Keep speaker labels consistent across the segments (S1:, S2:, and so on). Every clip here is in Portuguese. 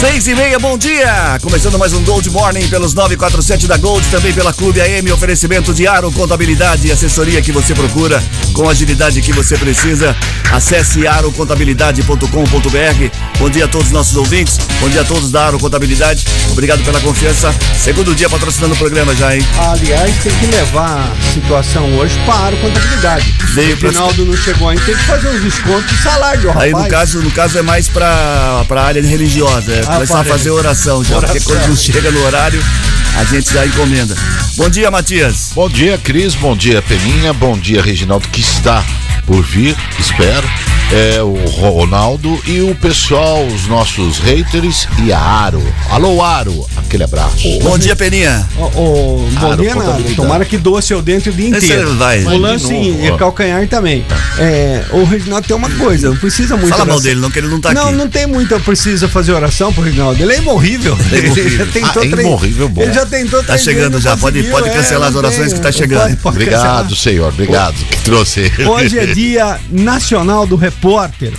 S1: Seis e meia, bom dia! Começando mais um Gold Morning pelos 947 da Gold, também pela Clube AM, oferecimento de Aro, contabilidade e assessoria que você procura, com a agilidade que você precisa. Acesse arocontabilidade.com.br. Bom dia a todos os nossos ouvintes, bom dia a todos da Aro Contabilidade, obrigado pela confiança. Segundo dia patrocinando o programa já, hein?
S2: Aliás, tem que levar a situação hoje para a contabilidade.
S1: Veio
S2: o
S1: pra-
S2: Ronaldo não chegou ainda, tem que fazer os descontos de salário, rapaz.
S1: Aí no caso, no caso é mais pra, pra área religiosa, é começar a
S2: parei.
S1: fazer oração já, porque
S2: Oração.
S1: quando não chega no horário, a gente já encomenda. Bom dia, Matias.
S3: Bom dia, Cris. Bom dia, Peninha. Bom dia, Reginaldo, que está por vir, espero. É o Ronaldo e o pessoal, os nossos haters e a Aro. Alô, Aro. Aquele abraço.
S1: Bom dia, Peninha.
S2: Ô, ô, bom
S3: Aro,
S2: dia, nada.
S3: contabilidade.
S2: Tomara que doce eu dentro o dia
S1: Esse
S2: inteiro.
S1: é- vai.
S2: O lance
S3: de novo,
S2: é
S3: ó.
S2: calcanhar também. É, o Reginaldo tem uma coisa, não precisa muito.
S1: Fala mal
S2: oração.
S1: dele, não, que ele não tá
S2: não,
S1: aqui.
S2: não tem muita precisa fazer oração pro Reginaldo. Ele é imorrível. Ele já
S1: imorrível.
S2: tentou
S3: Ah, é
S2: três-
S3: imorrível, bom.
S2: Ele já tentou
S1: Tá
S2: três
S1: chegando
S2: vezes,
S1: já,
S2: não
S1: pode-
S2: conseguiu, é,
S1: pode cancelar
S2: não
S1: as orações
S2: tem-
S1: que tá chegando.
S2: pode- pode cancelar.
S3: Obrigado, senhor. Obrigado que trouxe. ele.
S2: Hoje é dia nacional do repórter.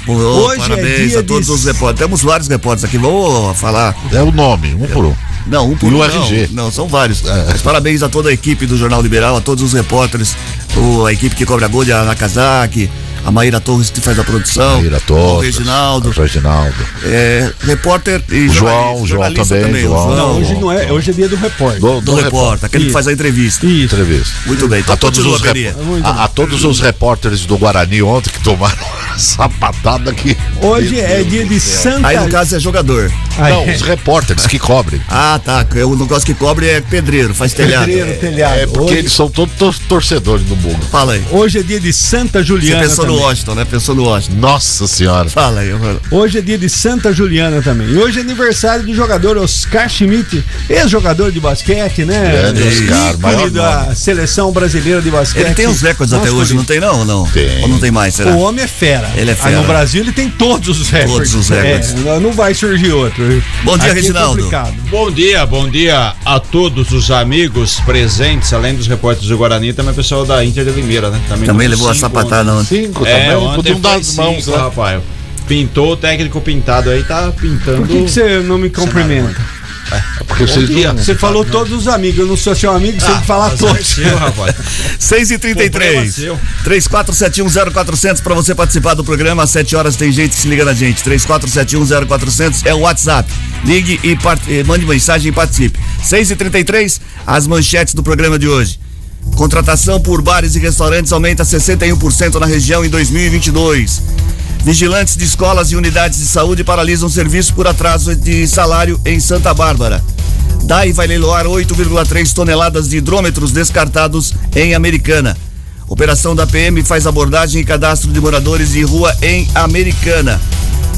S1: Ô,
S2: Hoje é
S1: parabéns a todos
S2: de-
S1: os repórteres. Temos vários repórteres aqui. Vou falar.
S3: É o nome, um por um.
S1: Não, um por
S3: E o
S1: um.
S3: RG.
S1: Não, não, são vários. É, Mas parabéns a toda a equipe do Jornal Liberal, a todos os repórteres, o- a equipe que cobra a Gold, a Nakazaki, a Maíra Torres que faz a produção.
S3: Maíra
S1: O
S3: Torres,
S1: Reginaldo.
S3: o Reginaldo.
S1: é, repórter e
S3: O João,
S1: jornalista,
S3: o João
S1: jornalista
S3: também,
S1: o
S3: João.
S2: Não,
S1: João
S2: hoje não é, hoje é dia do repórter.
S3: Do,
S1: do repórter, aquele que
S2: Isso.
S1: faz a entrevista.
S2: Isso.
S3: Entrevista.
S1: Muito bem,
S2: Tá
S1: então
S3: a todos,
S1: continua,
S3: os
S1: Peninha.
S3: rep- a, a todos os repórteres do Guarani ontem que tomaram uma sapatada aqui.
S2: Hoje é dia de Santa.
S1: Aí no caso é jogador.
S2: Aí-
S3: Não, os repórteres que cobrem.
S1: Ah, tá. O negócio que cobre é pedreiro, faz telhado.
S2: Pedreiro, telhado.
S3: É porque
S2: hoje,
S3: eles são todos tor- torcedores do mundo.
S1: Fala aí.
S2: hoje é dia de Santa
S1: Você
S2: Juliana.
S1: pensou
S2: também.
S1: no Washington, né? Pensou no Washington.
S3: Nossa senhora.
S1: Fala aí, mano.
S2: Hoje é dia de Santa Juliana também. E hoje é aniversário do jogador Oscar Schmidt, ex-jogador de basquete, né?
S3: Grande Oscar,
S2: Ícone
S3: maior
S2: da seleção brasileira de basquete.
S1: Ele tem os recordes até
S2: Masculino.
S1: hoje, não tem não? Não.
S3: Tem.
S1: Ou não tem mais, será?
S2: O homem é fera.
S1: Ele é
S2: Aí
S1: fera.
S2: no Brasil ele tem todos os recordes.
S1: os recordes.
S2: É, não vai surgir outro.
S1: Bom dia,
S2: Aqui é
S1: Reginaldo.
S2: complicado.
S4: Bom dia, bom dia a todos os amigos presentes, além dos repórteres do Guarani, também o pessoal da Inter de Limeira, né?
S1: Também
S4: deu
S1: levou a
S4: cinco
S1: sapatada
S2: né?
S1: ontem.
S3: Cinco
S4: ontem. É,
S3: também,
S4: ontem
S3: podia dar
S4: foi
S3: as mãos,
S4: cinco,
S3: né?
S4: rapaz. Pintou o técnico pintado aí, tá pintando.
S2: Por que que você não me cumprimenta?
S3: Porque
S4: Bom
S3: vocês
S4: dia.
S3: não-
S2: Você falou todos os amigos, eu não sou seu amigo, você
S1: Ah,
S2: tem que falar
S4: Fazer
S2: todos.
S4: seu, rapaz.
S1: 6h33.
S4: Problema seu.
S1: 34710400 para você participar do programa. Às 7 horas tem gente que se liga na gente. 34710400 é o WhatsApp. Ligue e part- eh, mande mensagem e participe. 6h33, as manchetes do programa de hoje. Contratação por bares e restaurantes aumenta 61% na região em 2022. Vigilantes de escolas e unidades de saúde paralisam serviço por atraso de salário em Santa Bárbara. DAI vai leiloar 8,3 toneladas de hidrômetros descartados em Americana. Operação da PM faz abordagem e cadastro de moradores de rua em Americana.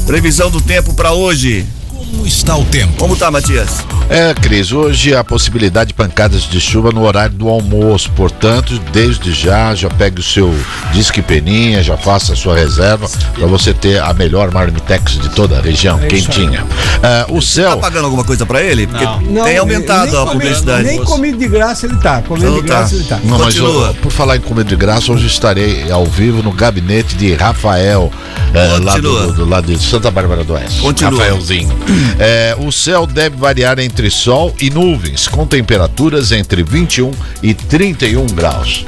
S1: Previsão do tempo para hoje.
S5: Como está o tempo?
S1: Como tá, Matias?
S3: É, Cris, hoje a possibilidade de pancadas de chuva no horário do almoço. Portanto, desde já, já pegue o seu disque peninha, já faça a sua reserva para você ter a melhor marmitex de toda a região, quentinha. É, o
S1: Tá
S3: céu.
S1: pagando alguma coisa para ele? Porque
S4: Não.
S1: tem
S2: nem-
S1: é aumentado
S2: nem
S1: a
S2: comi-
S1: publicidade.
S2: Nem comido de graça ele tá. Comido
S1: Então
S2: de
S1: tá.
S2: graça ele tá.
S3: Não, mas
S1: Continua.
S3: eu- por falar em comida de graça, hoje estarei ao vivo no gabinete de Rafael, eh, lá,
S1: Continua.
S3: do, do- lá de Santa Bárbara do Oeste.
S1: Continua.
S3: Rafaelzinho. Eh, o céu deve variar entre sol e nuvens, com temperaturas entre 21 e 31 graus.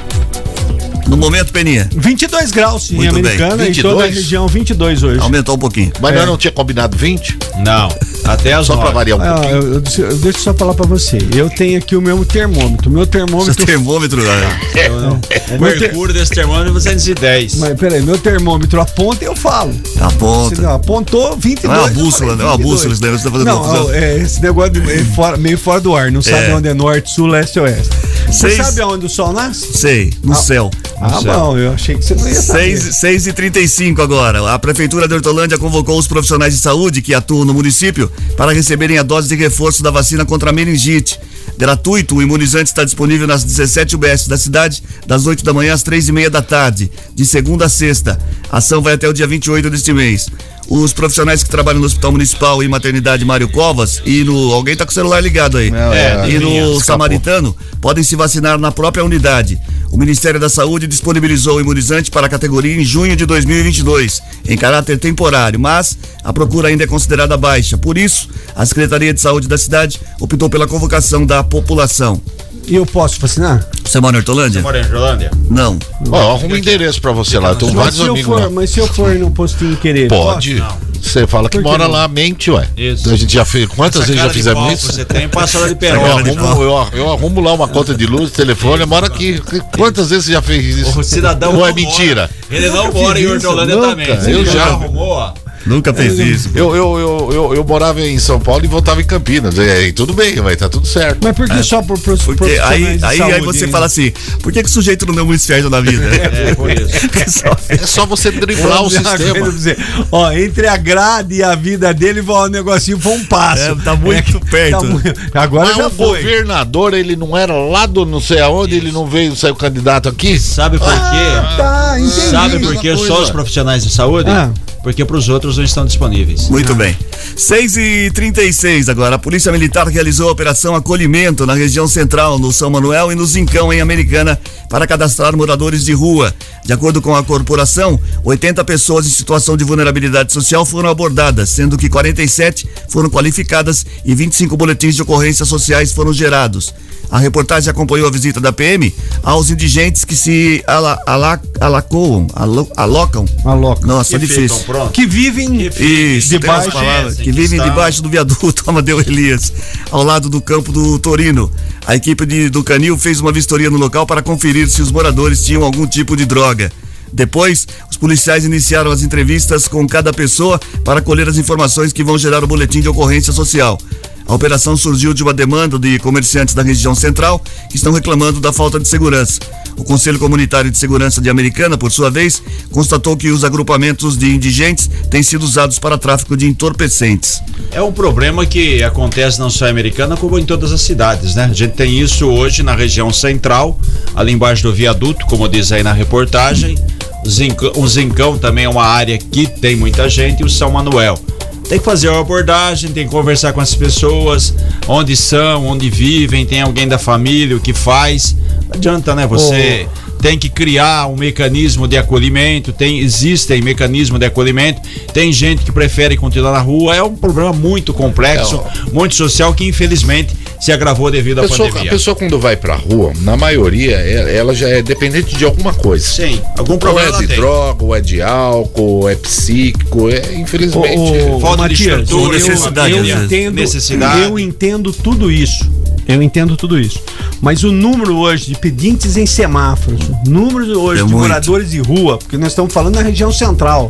S1: No momento, Peninha,
S2: 22 graus em
S1: Muito bem,
S2: Americana e toda a
S3: 22?
S2: ém 22 hoje.
S1: aumentou um pouquinho.
S3: Mas
S2: É.
S3: nós não tinha combinado 20?
S4: Não, até as
S3: Só para
S4: nove.
S3: variar um
S2: Ah,
S3: pouquinho.
S2: eu, eu- deixa eu só falar pra você. Eu tenho aqui o meu termômetro. O meu
S1: Seu
S2: termômetro.
S1: termômetro. ah,
S4: O mercúrio desse termômetro é 210.
S2: Mas peraí, meu termômetro aponta e eu falo.
S1: Tá bom.
S2: Se não, apontou 22.
S1: Não é uma
S2: eu
S1: bússola,
S2: falei
S1: não é uma
S2: 22.
S1: bússola esse negócio, você tá fazendo
S2: Não,
S1: confusão.
S2: é, esse negócio de- é fora- meio fora do ar. Não sabe
S1: É.
S2: onde é norte, sul, leste, oeste. Você
S1: Seis-
S2: sabe aonde o sol nasce?
S1: Sei, no céu.
S2: Ah, bom, eu achei que você não ia saber.
S1: 6, e 35 agora. A Prefeitura de Hortolândia convocou os profissionais de saúde que atuam no município para receberem a dose de reforço da vacina contra a meningite. Gratuito, o imunizante está disponível nas 17 UBS da cidade, das 8 da manhã às 3 e meia da tarde, de segunda a sexta. A ação vai até o dia 28 deste mês. Os profissionais que trabalham no Hospital Municipal e Maternidade Mário Covas e no. Alguém tá com o celular ligado aí.
S3: É,
S1: e no
S3: escapou.
S1: Samaritano podem se vacinar na própria unidade. O Ministério da Saúde disponibilizou o imunizante para a categoria em junho de 2022, em caráter temporário, mas a procura ainda é considerada baixa. Por isso, a Secretaria de Saúde da cidade optou pela convocação da população.
S2: E eu posso vacinar?
S1: Você mora em Hortolândia?
S4: Mora em Jolândia?
S1: Não.
S3: Ó, arruma um endereço pra você lá. Tem
S2: Mas
S3: vários
S2: se, eu
S3: amigos
S2: for,
S3: lá.
S2: mas se eu for no postinho querer.
S3: Pode. Você fala que
S2: Por que
S3: mora
S2: não?
S3: lá, mente, ué.
S4: Isso.
S3: Então a gente já fez. Quantas
S4: Essa
S3: vezes
S4: cara
S3: já
S4: de
S3: fizemos
S4: pau que
S3: isso?
S4: Você tem passada de
S3: É, Eu
S4: perola.
S3: arrumo, eu- eu arrumo lá uma conta de luz, telefone, mora aqui. Quantas vezes você já fez isso?
S4: O cidadão
S3: Ou é
S4: não mora.
S3: mentira?
S4: Ele não mora em Hortolândia
S3: nunca.
S4: também. Se
S3: Eu
S4: ele
S3: já.
S4: arrumou, ó.
S1: Nunca fez isso.
S3: Eu, eu, eu, eu, eu morava em São Paulo e voltava em Campinas. E, e tudo bem, vai, tá tudo certo.
S2: Mas por que só por pros
S1: É. Porque aí, aí, aí você fala assim, por que, que o sujeito não deu muito certo na vida?
S4: É, por isso.
S3: É só você driblar o sistema.
S2: Ó, entre a grade e a vida dele, ó, o negocinho foi um passo.
S1: É, tá muito
S2: que-
S1: perto. um
S2: mu- agora
S3: Mas
S2: já
S3: o
S2: foi.
S3: governador, ele não era lá do não sei aonde, ele não veio, saiu candidato aqui?
S4: Sabe por quê?
S1: Ah,
S2: Tá, entendi.
S4: Sabe por que
S3: Mesma
S4: só
S3: coisa.
S4: os profissionais de saúde?
S2: Ah.
S4: Porque pros outros não estão disponíveis.
S1: Muito bem. 6 e 36 agora. A Polícia Militar realizou a Operação Acolhimento na região central, no São Manuel e no Zincão, em Americana, para cadastrar moradores de rua. De acordo com a corporação, 80 pessoas em situação de vulnerabilidade social foram abordadas, sendo que 47 foram qualificadas e 25 boletins de ocorrências sociais foram gerados. A reportagem acompanhou a visita da PM aos indigentes que se ala, ala, alacoam, alo- alocam.
S2: Maloca.
S1: Nossa,
S4: Que
S1: difícil.
S4: ficam prontos.
S2: Que vivem.
S1: Isso, tem
S2: Debaixo,
S1: umas palavras,
S4: é,
S1: que vivem
S4: está-
S1: debaixo do viaduto Amadeu Elias, ao lado do campo do Torino. A equipe de- do Canil fez uma vistoria no local para conferir se os moradores tinham algum tipo de droga. Depois, os policiais iniciaram as entrevistas com cada pessoa para colher as informações que vão gerar o boletim de ocorrência social. A operação surgiu de uma demanda de comerciantes da região central que estão reclamando da falta de segurança. O Conselho Comunitário de Segurança de Americana, por sua vez, constatou que os agrupamentos de indigentes têm sido usados para tráfico de entorpecentes.
S4: É um problema que acontece não só em Americana, como em todas as cidades, né? A gente tem isso hoje na região central, ali embaixo do viaduto, como diz aí na reportagem. Zincão- o Zincão também é uma área que tem muita gente, e o São Manuel. Tem que fazer uma abordagem, tem que conversar com as pessoas, onde são, onde vivem, tem alguém da família, o que faz. Não adianta, né? Você tem que criar um mecanismo de acolhimento, tem, existem mecanismos de acolhimento, tem gente que prefere continuar na rua, é um problema muito complexo, muito social que infelizmente se agravou devido
S3: A
S4: à
S3: É, pessoa, a
S4: pandemia.
S3: pessoa quando vai pra rua, na maioria, é- ela já é dependente de alguma coisa.
S4: Sim, algum
S3: Ou
S4: problema
S3: é
S4: ela
S3: de
S4: tem.
S3: droga, ou é de álcool, ou é psíquico, é, infelizmente.
S2: Ô, ô,
S4: Falta de
S2: Matias,
S4: estrutura,
S1: eu- necessidade, às
S4: família,
S2: Eu
S1: vezes.
S2: entendo,
S4: necessidade.
S2: eu entendo tudo isso. Eu entendo tudo isso. Mas o número hoje de pedintes em semáforos, o número hoje
S1: É
S2: de
S1: muito.
S2: moradores de rua, porque nós estamos falando na região central.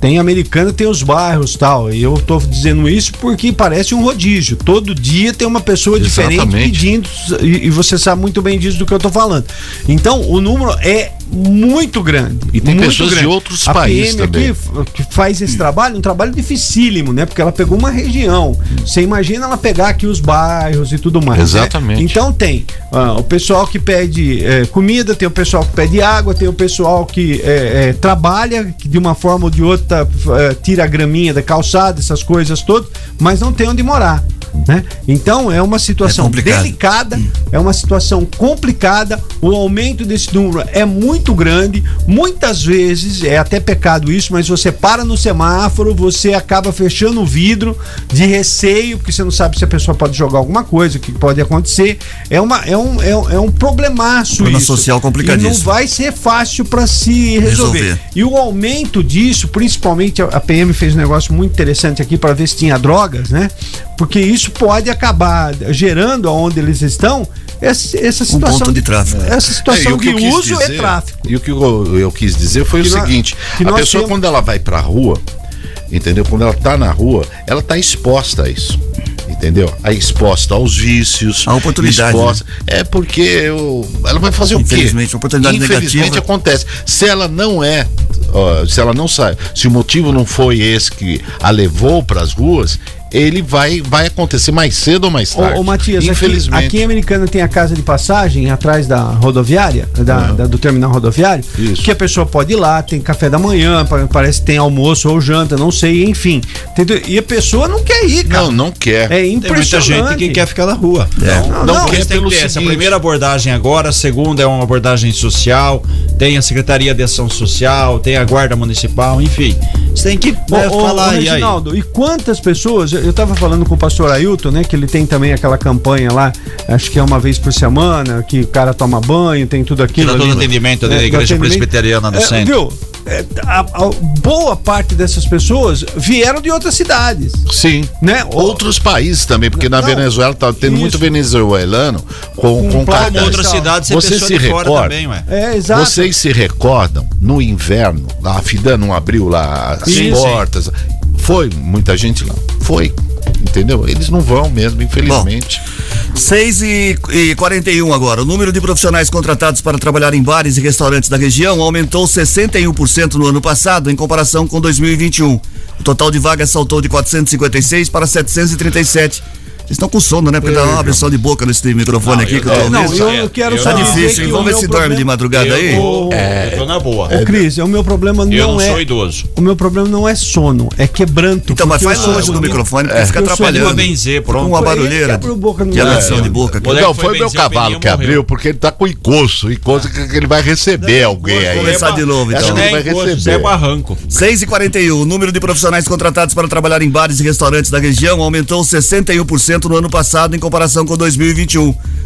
S2: Tem americana, tem os bairros e tal. E eu estou dizendo isso porque parece um rodízio. Todo dia tem uma pessoa diferente
S3: Exatamente.
S2: pedindo, e, e você sabe muito bem disso do que eu estou falando. Então, o número é muito grande.
S3: E tem
S2: muito
S3: pessoas de outros
S2: A
S3: países
S2: PM aqui
S3: também.
S2: f- que faz esse trabalho, um trabalho dificílimo, né? Porque ela pegou uma região. Você imagina ela pegar aqui os bairros e tudo mais. né?
S3: Exatamente.
S2: Então tem ah, o pessoal que pede eh, comida, tem o pessoal que pede água, tem o pessoal que eh, eh, trabalha, que de uma forma ou de outra f- eh, tira a graminha da calçada, essas coisas todas, mas não tem onde morar. Né? Então é uma situação
S1: complicado.
S2: delicada complicada, é uma situação complicada. O aumento desse número é muito grande. Muitas vezes é até pecado isso, mas você para no semáforo, você acaba fechando o vidro de receio, porque você não sabe se a pessoa pode jogar alguma coisa, o que pode acontecer. É, uma, é, um, é, um, é um problemaço
S1: Problema
S2: isso.
S1: social complicadíssimo.
S2: E não vai ser fácil para se resolver.
S1: Resolver.
S2: E o aumento disso, principalmente a- a PM fez um negócio muito interessante aqui para ver se tinha drogas, né? Porque isso pode acabar gerando aonde eles estão essa, essa situação
S1: Um ponto de tráfico.
S2: Essa
S3: É, e
S2: situação
S3: o
S2: de
S3: que eu quis
S2: uso e
S3: dizer-
S2: tráfico.
S3: E o que eu, eu quis dizer foi
S2: Que
S3: o
S2: nós-
S3: seguinte:
S2: que é assim.
S3: a
S2: nós
S3: pessoa,
S2: temos-
S3: quando ela vai pra rua, entendeu? Quando ela tá na rua, ela tá exposta a isso. Entendeu? A exposta aos vícios.
S1: A oportunidade, né?
S3: É porque eu- ela vai fazer o quê?
S1: Infelizmente, uma oportunidade
S3: Infelizmente,
S1: negativa.
S3: acontece. Se ela não é. ó, se ela não sai. Se o motivo não foi esse que a levou pras ruas, ele vai, vai acontecer mais cedo ou mais tarde.
S2: Ô, ô, Matias, aqui-
S3: infelizmente.
S2: Aqui, é- em Americana tem a casa de passagem atrás da rodoviária, da- da- do terminal rodoviário,
S3: Isso.
S2: que a pessoa pode ir lá, tem café da manhã, pa- parece que tem almoço ou janta, não sei, enfim. Entendeu? E a pessoa não quer ir, cara.
S3: Não, não quer.
S2: É
S4: Tem muita
S2: impressionante.
S4: gente que quer ficar na rua.
S3: É.
S4: Então,
S2: Não,
S4: Não,
S2: não,
S4: quer
S3: mas tem
S4: pelo
S3: que ter
S4: seguinte.
S3: essa
S4: Essa primeira abordagem agora, a segunda é uma abordagem social, tem a Secretaria de Ação Social, tem a Guarda Municipal, enfim. Você tem que né,
S2: Ô, ô,
S4: falar
S2: ô,
S4: aí, aí.
S2: Reginaldo, e quantas pessoas? Eu estava falando com o pastor Ailton, né? Que ele tem também aquela campanha lá, acho que é uma vez por semana, que o cara toma banho, tem tudo aquilo.
S4: Tira todo
S2: ali, né?
S4: atendimento da
S2: É, do
S4: Igreja
S2: atendimento.
S4: Presbiteriana do
S2: É,
S4: Centro.
S2: Viu? É, a- a boa parte dessas pessoas vieram de outras cidades.
S3: Sim.
S2: Né?
S3: Outros países também, porque na
S2: Não,
S3: Venezuela tá tendo
S2: isso.
S3: muito venezuelano com, com,
S2: Com placa
S4: Como
S3: cartaz.
S4: outra cidade, você,
S3: Você
S4: pessoa
S3: se
S4: de fora
S3: recorda?
S4: também, ué.
S2: É, exato.
S3: Vocês se recordam, no inverno, a FIDAN não abriu lá as
S4: Sim, sim.
S3: portas. Foi muita gente lá. Foi. Entendeu? Eles não vão mesmo, infelizmente.
S1: 6 e, e 41 agora. O número de profissionais contratados para trabalhar em bares e restaurantes da região aumentou 61% no ano passado em comparação com 2021. O total de vagas saltou de 456 para 737. Vocês estão com sono, né? Porque dá uma aberção de boca nesse microfone
S4: Não,
S1: aqui
S4: eu
S1: que eu tô
S4: não,
S1: ouvindo.
S2: Não,
S4: Isso
S2: eu,
S4: é-
S2: eu quero
S4: eu
S2: só
S1: Tá
S4: não.
S2: dizer
S1: difícil,
S2: que
S1: hein?
S2: o
S1: Vamos ver
S2: meu
S1: se dorme de
S2: problema-
S1: madrugada aí.
S4: Eu, tô-
S3: É.
S4: eu tô na boa.
S2: Ô, Cris, o meu problema não,
S4: eu não
S2: é.
S4: sou idoso.
S2: O meu problema não é sono, é quebranto.
S1: Então, mas
S2: porque
S1: faz
S2: eu sou-
S1: longe do microfone, porque
S4: É.
S1: fica
S2: Eu sou
S1: atrapalhando.
S4: uma benzer, pronto.
S1: Uma
S2: Foi ele que
S1: barulheira.
S2: abriu boca no
S1: Que
S2: meu.
S1: aberção de boca. né?
S4: Moleque
S3: Não,
S4: foi
S3: foi meu
S4: benzer o
S3: cavalo
S4: peninho,
S3: que
S4: morreu.
S3: abriu, porque ele tá com encosto. Encosto que que ele vai receber alguém aí.
S1: começar de novo,
S3: Essa
S1: então.
S3: não
S4: Isso
S3: vai
S4: é encosto, isso é
S3: receber.
S4: barranco.
S1: 6 e 41 o número de profissionais contratados para trabalhar em bares e restaurantes da região aumentou 61% no ano passado em comparação com 2021.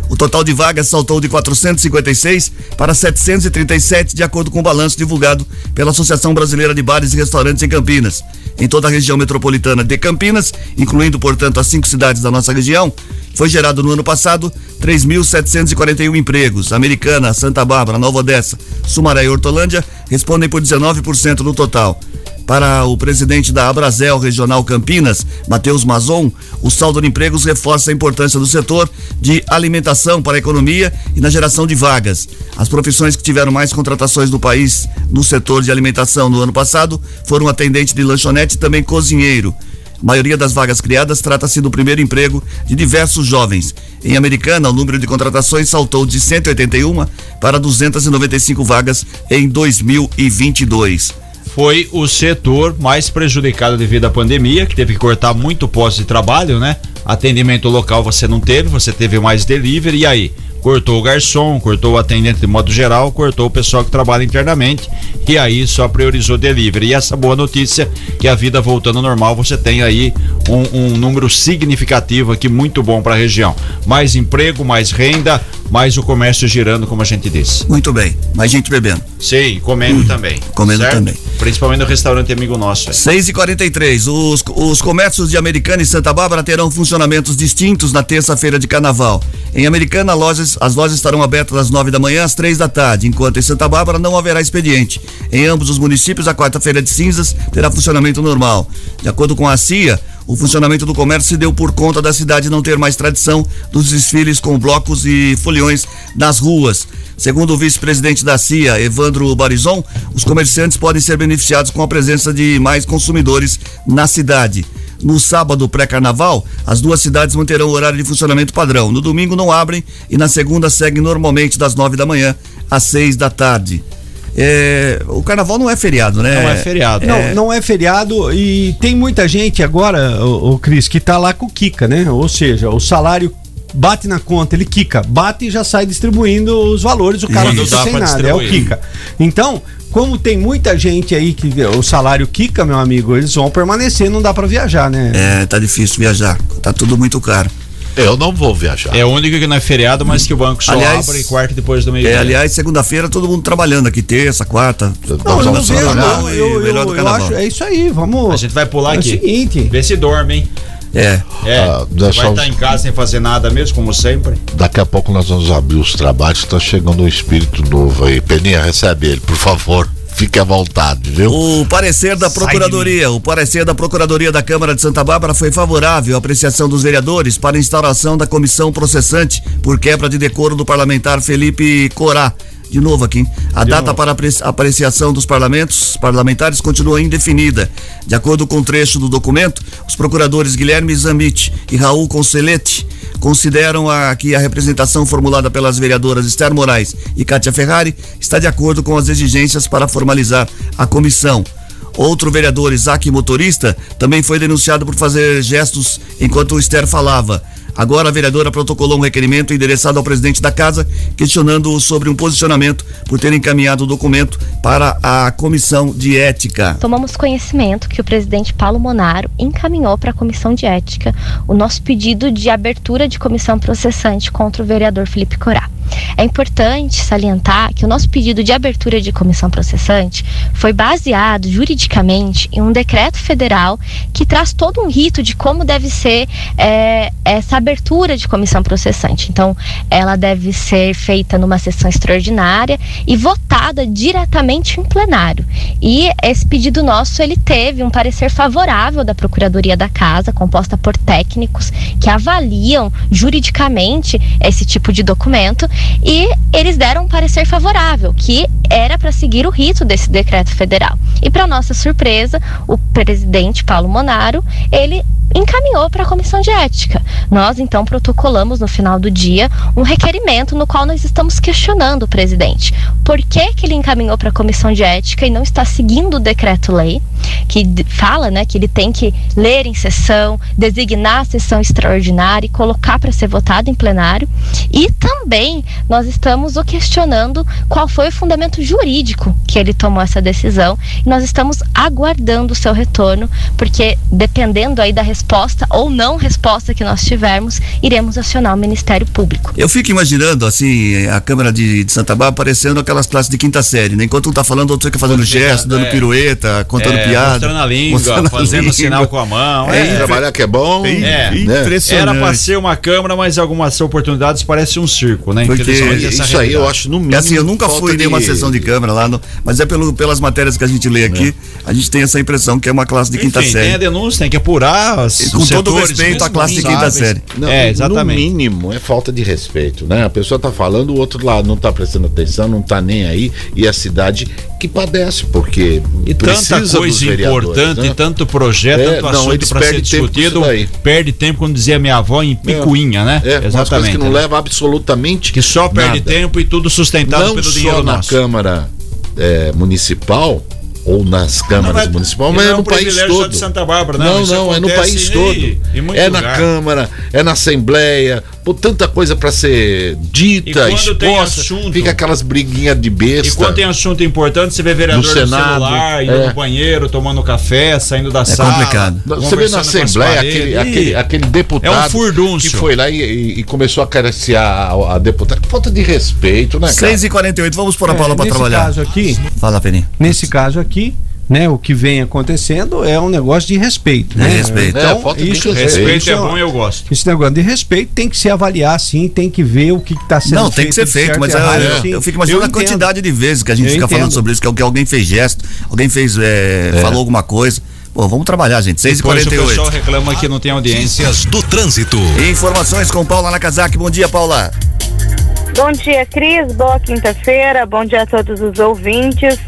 S1: O total de vagas saltou de 456 para 737, de acordo com o balanço divulgado pela Associação Brasileira de Bares e Restaurantes em Campinas. Em toda a região metropolitana de Campinas, incluindo, portanto, as cinco cidades da nossa região, foi gerado no ano passado 3.741 empregos. Americana, Santa Bárbara, Nova Odessa, Sumaré e Hortolândia respondem por 19% do total. Para o presidente da Abrazel Regional Campinas, Matheus Mazon, o saldo de empregos reforça a importância do setor de alimentação para a economia e na geração de vagas. As profissões que tiveram mais contratações no país no setor de alimentação no ano passado foram atendente de lanchonete e também cozinheiro. A maioria das vagas criadas trata-se do primeiro emprego de diversos jovens. Em Americana, o número de contratações saltou de 181 para 295 vagas em 2022.
S4: foi o setor mais prejudicado devido à pandemia, que teve que cortar muito posto de trabalho, né? Atendimento local você não teve, você teve mais delivery, e aí? Cortou o garçom, cortou o atendente de modo geral, cortou o pessoal que trabalha internamente, e aí só priorizou delivery. E essa boa notícia, que a vida voltando ao normal, você tem aí um, um número significativo aqui, muito bom para a região. Mais emprego, mais renda, mais o comércio girando, como a gente disse.
S1: Muito bem, mais gente bebendo.
S4: Sim, comendo também.
S1: Hum, comendo também.
S4: Principalmente no restaurante amigo nosso. é. aí.
S1: 6 e 43 os, os comércios de Americana e Santa Bárbara terão funcionamentos distintos na terça-feira de carnaval. Em Americana, lojas- as lojas estarão abertas das 9 da manhã às 3 da tarde, enquanto em Santa Bárbara não haverá expediente. Em ambos os municípios, a quarta-feira de cinzas terá funcionamento normal. De acordo com a CIA, o funcionamento do comércio se deu por conta da cidade não ter mais tradição dos desfiles com blocos e foliões nas ruas. Segundo o vice-presidente da CIA, Evandro Barizon, os comerciantes podem ser beneficiados com a presença de mais consumidores na cidade. No sábado pré-carnaval, as duas cidades manterão o horário de funcionamento padrão. No domingo não abrem e na segunda seguem normalmente das nove da manhã às seis da tarde. É, o carnaval não é feriado, né?
S4: Não é feriado.
S2: Não, não é feriado e tem muita gente agora, o, Cris, que tá lá com o Kika, né? Ou seja, o salário bate na conta, ele quica, bate e já sai distribuindo os valores, o cara
S4: Quando
S2: fica
S4: dá
S2: sem
S4: pra
S2: nada, é o
S4: distribuir.
S2: Kika. Então, como tem muita gente aí que o salário quica, meu amigo, eles vão permanecer, não dá pra viajar, né?
S1: É, tá difícil viajar, tá tudo muito caro.
S3: Eu não vou viajar.
S4: É o único que não é feriado, mas que o banco só
S1: Aliás-
S4: abre quarta depois do meio-dia.
S1: É, aliás, segunda-feira todo mundo trabalhando aqui, terça, quarta.
S3: Não, eu não
S1: almoçando
S3: vejo,
S1: lá,
S3: não.
S1: e
S2: eu,
S1: melhor do
S2: eu
S1: carnaval.
S2: acho, é isso aí, vamos.
S4: a gente vai pular
S2: é o
S4: aqui.
S2: seguinte.
S4: Vê se dorme, hein?
S1: É.
S4: É.
S3: Ah,
S4: vai
S3: deixa
S4: estar
S3: eu-
S4: em casa sem fazer nada mesmo, como sempre.
S3: Daqui a pouco nós vamos abrir os trabalhos, tá chegando um espírito novo aí. Peninha, recebe ele, por favor. Fique à vontade, viu?
S1: O parecer da Procuradoria, o parecer da Procuradoria da Câmara de Santa Bárbara foi favorável à apreciação dos vereadores para a instauração da comissão processante por quebra de decoro do parlamentar Felipe Corá. de novo aqui, hein? A data para apre- apreciação dos parlamentos parlamentares continua indefinida. De acordo com o trecho do documento, os procuradores Guilherme Zamit e Raul Concelete consideram a- que a representação formulada pelas vereadoras Esther Moraes e Cátia Ferrari está de acordo com as exigências para formalizar a comissão. Outro vereador, Isaac Motorista, também foi denunciado por fazer gestos enquanto o Esther falava. Agora a vereadora protocolou um requerimento endereçado ao presidente da casa, questionando-o sobre um posicionamento por ter encaminhado o documento para a comissão de ética.
S6: Tomamos conhecimento que o presidente Paulo Monaro encaminhou para a comissão de ética o nosso pedido de abertura de comissão processante contra o vereador Felipe Corá. É importante salientar que o nosso pedido de abertura de comissão processante foi baseado juridicamente em um decreto federal que traz todo um rito de como deve ser eh, essa abertura de comissão processante. Então, ela deve ser feita numa sessão extraordinária e votada diretamente em plenário. E esse pedido nosso, ele teve um parecer favorável da Procuradoria da Casa, composta por técnicos que avaliam juridicamente esse tipo de documento, e eles deram um parecer favorável, que era para seguir o rito desse decreto federal. E para nossa surpresa, o presidente Paulo Monaro, ele encaminhou para a comissão de ética. Nós então protocolamos no final do dia um requerimento no qual nós estamos questionando o presidente. Por que que ele encaminhou para a comissão de ética e não está seguindo o decreto-lei que d- fala, né, que ele tem que ler em sessão, designar a sessão extraordinária e colocar para ser votado em plenário? E também nós estamos o questionando qual foi o fundamento jurídico que ele tomou essa decisão e nós estamos aguardando o seu retorno, porque dependendo aí da resposta ou não resposta que nós tivermos, iremos acionar o Ministério Público.
S1: Eu fico imaginando, assim, a Câmara de, de Santa Bárbara parecendo aquelas classes de quinta série, né? Enquanto um tá falando, o outro fica fazendo gesto, dando
S4: é.
S1: pirueta, contando
S4: É,
S1: piada.
S4: Mostrando a língua,
S1: mostrando a
S4: fazendo
S1: língua.
S4: sinal com a mão.
S3: É,
S4: é.
S3: trabalhar que é bom.
S4: É.
S3: né?
S4: Era pra
S1: Impressionante.
S4: ser uma câmara, mas algumas oportunidades parece um circo, né?
S1: Porque
S4: Infelizmente, essa
S3: É, Isso aí eu
S4: realidade.
S3: acho no
S1: É
S3: mínimo.
S1: assim, eu nunca
S3: falta
S1: fui em nenhuma sessão de câmara lá, no- mas é pelo, pelas matérias que a gente lê aqui, a gente tem essa impressão que é uma classe de quinta
S4: Enfim, tem a
S1: série.
S4: denúncia, tem que apurar. as-
S1: E com
S4: os
S1: todo
S4: setores,
S1: respeito à
S4: mesmo
S1: classe de quinta
S4: responsáveis.
S1: série.
S3: Não,
S4: é,
S3: No
S4: exatamente.
S3: mínimo é falta de respeito, né? A pessoa tá falando, o outro lá não tá prestando atenção, não tá nem aí, e a cidade que padece, porque
S4: E tanta
S3: precisa dos
S4: coisa
S3: vereadores,
S4: importante,
S3: né?
S4: e tanto projeto,
S3: É,
S4: tanto
S3: não,
S4: assunto
S3: eles
S4: para ser
S3: perdem tempo com
S4: discutido.
S3: isso daí.
S4: Perde tempo, como dizia minha avó, em picuinha, né?
S3: É, umas coisas que não
S4: né?
S3: leva absolutamente
S4: Que só perde
S3: nada.
S4: tempo e tudo sustentado
S3: não
S4: pelo
S3: só
S4: dinheiro
S3: na
S4: nosso.
S3: Câmara é, Municipal ou nas
S4: Não,
S3: câmaras
S4: mas
S3: municipais,
S4: não
S3: mas
S4: é
S3: é
S4: um
S3: no país
S4: privilégio só
S3: todo.
S4: de Santa Bárbara, não.
S3: não,
S4: Isso
S3: não, é no
S4: acontece
S3: país
S4: em-
S3: todo.
S4: em muito
S3: é na
S4: lugar.
S3: Câmara, é na Assembleia, pô, tanta coisa pra ser
S4: E
S3: dita,
S4: quando tem
S3: exposta,
S4: assunto-
S3: fica aquelas briguinhas de besta.
S4: E quando tem assunto importante, você vê vereador
S3: No
S4: no,
S3: Senado,
S4: celular, indo
S3: é.
S4: no banheiro, tomando café, saindo da sala.
S1: É complicado.
S3: Você vê
S4: conversando com
S3: na
S4: as
S3: Assembleia
S4: paredes.
S3: aquele,
S4: Ih,
S3: aquele, aquele deputado
S4: É um furdúncio.
S3: que foi lá e, e- e começou a acariciar a, a deputada. Falta de respeito, né, cara?
S1: 6 e 48 vamos pôr a Paula pra
S2: É, nesse
S1: trabalhar.
S2: caso aqui,
S1: Fala, Peninha.
S2: nesse caso aqui, né, o que vem acontecendo é um negócio de respeito, né?
S1: De respeito.
S3: É,
S2: Então,
S3: falta de
S2: isso,
S4: Respeito
S2: isso um,
S4: é bom e eu gosto.
S2: Esse negócio de respeito tem que se avaliar, sim, tem que ver o é que está sendo
S1: Não, tem que ser
S2: de
S1: feito,
S2: certo
S1: mas
S2: e errado,
S1: eu,
S2: sim.
S1: eu fico imaginando
S2: Eu
S1: a
S2: entendo.
S1: quantidade de vezes que a gente
S2: Eu
S1: fica falando
S2: entendo.
S1: sobre isso, que algu- alguém fez gesto, alguém fez, é, falou alguma coisa. Pô, vamos trabalhar, gente. 6 e
S4: Pois o
S1: 48
S4: pessoal reclama que não tem audiência.
S5: Notícias do trânsito.
S1: Informações com Paula Nakazaki. Bom dia, Paula.
S7: Bom dia, Cris. Boa quinta-feira. Bom dia a todos os ouvintes.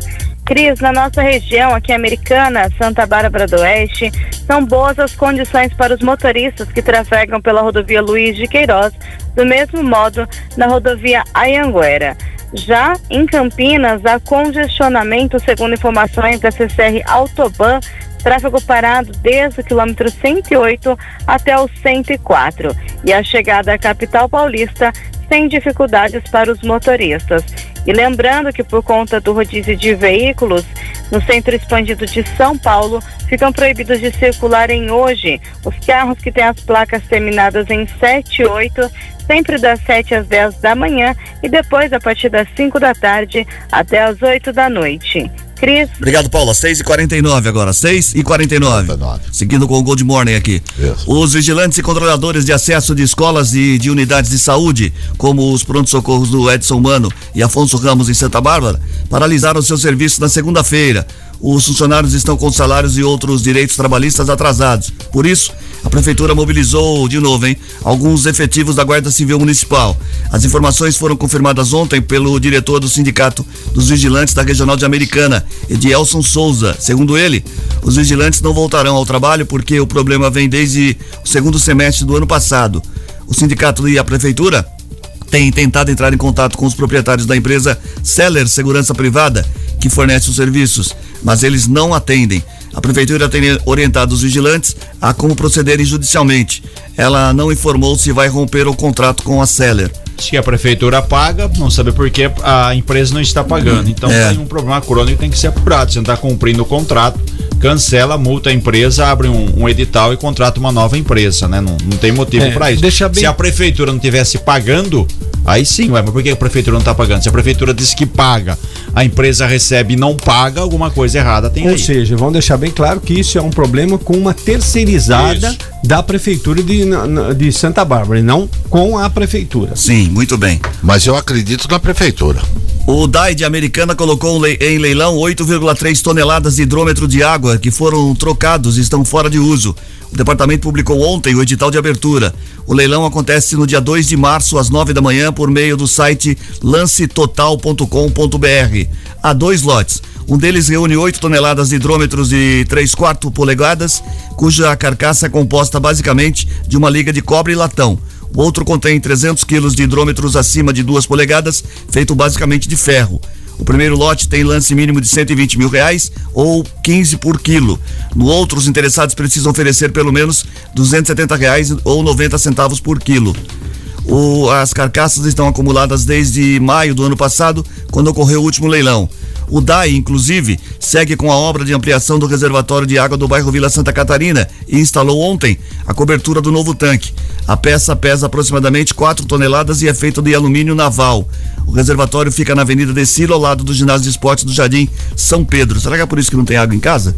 S7: Cris, na nossa região aqui americana, Santa Bárbara do Oeste, são boas as condições para os motoristas que trafegam pela rodovia Luiz de Queiroz, do mesmo modo na rodovia Ayanguera. Já em Campinas, há congestionamento, segundo informações da CCR Autoban, tráfego parado desde o quilômetro 108 até o 104. E a chegada à capital paulista sem dificuldades para os motoristas. E lembrando que por conta do rodízio de veículos, no centro expandido de São Paulo, ficam proibidos de circularem hoje os carros que têm as placas terminadas em 7 e 8, sempre das 7 às 10 da manhã e depois a partir das 5 da tarde até as 8 da noite. Cris,
S1: Obrigado, Paula. 6 e 49 agora. 6 e 49.
S3: 49.
S1: Seguindo com o Gold Morning aqui.
S3: Isso.
S1: Os vigilantes e controladores de acesso de escolas e de unidades de saúde, como os prontos-socorros do Edson Mano e Afonso Ramos em Santa Bárbara, paralisaram seu serviço na segunda-feira. os funcionários estão com salários e outros direitos trabalhistas atrasados. Por isso, a prefeitura mobilizou de novo, hein, alguns efetivos da Guarda Civil Municipal. As informações foram confirmadas ontem pelo diretor do Sindicato dos Vigilantes da Regional de Americana, Edielson Souza. Segundo ele, os vigilantes não voltarão ao trabalho porque o problema vem desde o segundo semestre do ano passado. O sindicato e a prefeitura tem tentado entrar em contato com os proprietários da empresa Seller Segurança Privada, que fornece os serviços, mas eles não atendem. A prefeitura tem orientado os vigilantes a como procederem judicialmente. Ela não informou se vai romper o contrato com a Seller.
S4: Se a prefeitura paga, não sabe por que a empresa não está pagando. Então
S1: É.
S4: tem um problema crônico que tem que ser apurado. Você não está cumprindo o contrato, cancela, multa a empresa, abre um, um edital e contrata uma nova empresa, né? Não, não tem motivo
S2: É,
S4: para isso.
S2: deixa bem-
S4: Se a prefeitura não tivesse pagando, aí sim, ué, mas por que a prefeitura não está pagando? Se a prefeitura diz que paga, a empresa recebe e não paga, alguma coisa errada tem
S2: Ou
S4: aí.
S2: seja, vamos deixar bem claro que isso é um problema com uma terceirizada
S4: Isso.
S2: da prefeitura de, na- na- de Santa Bárbara e não com a prefeitura.
S1: Sim, muito bem.
S3: Mas eu acredito na prefeitura.
S1: O DAI de Americana colocou um lei- em leilão 8,3 toneladas de hidrômetro de água que foram trocados e estão fora de uso. O departamento publicou ontem o edital de abertura. O leilão acontece no dia 2 de março, às 9 da manhã, por meio do site lancetotal.com.br. Há dois lotes. Um deles reúne 8 toneladas de hidrômetros de 3 quarto polegadas, cuja carcaça é composta basicamente de uma liga de cobre e latão. O outro contém 300 quilos de hidrômetros acima de duas polegadas, feito basicamente de ferro. O primeiro lote tem lance mínimo de 120 mil reais ou 15 por quilo. No outro, os interessados precisam oferecer pelo menos 270 reais ou 90 centavos por quilo. O- as carcaças estão acumuladas desde maio do ano passado, quando ocorreu o último leilão. O DAI, inclusive, segue com a obra de ampliação do reservatório de água do bairro Vila Santa Catarina e instalou ontem a cobertura do novo tanque. A peça pesa aproximadamente 4 toneladas e é feita de alumínio naval. O reservatório fica na Avenida Decilo, ao lado do ginásio de esporte do Jardim São Pedro. Será que é por isso que não tem água em casa?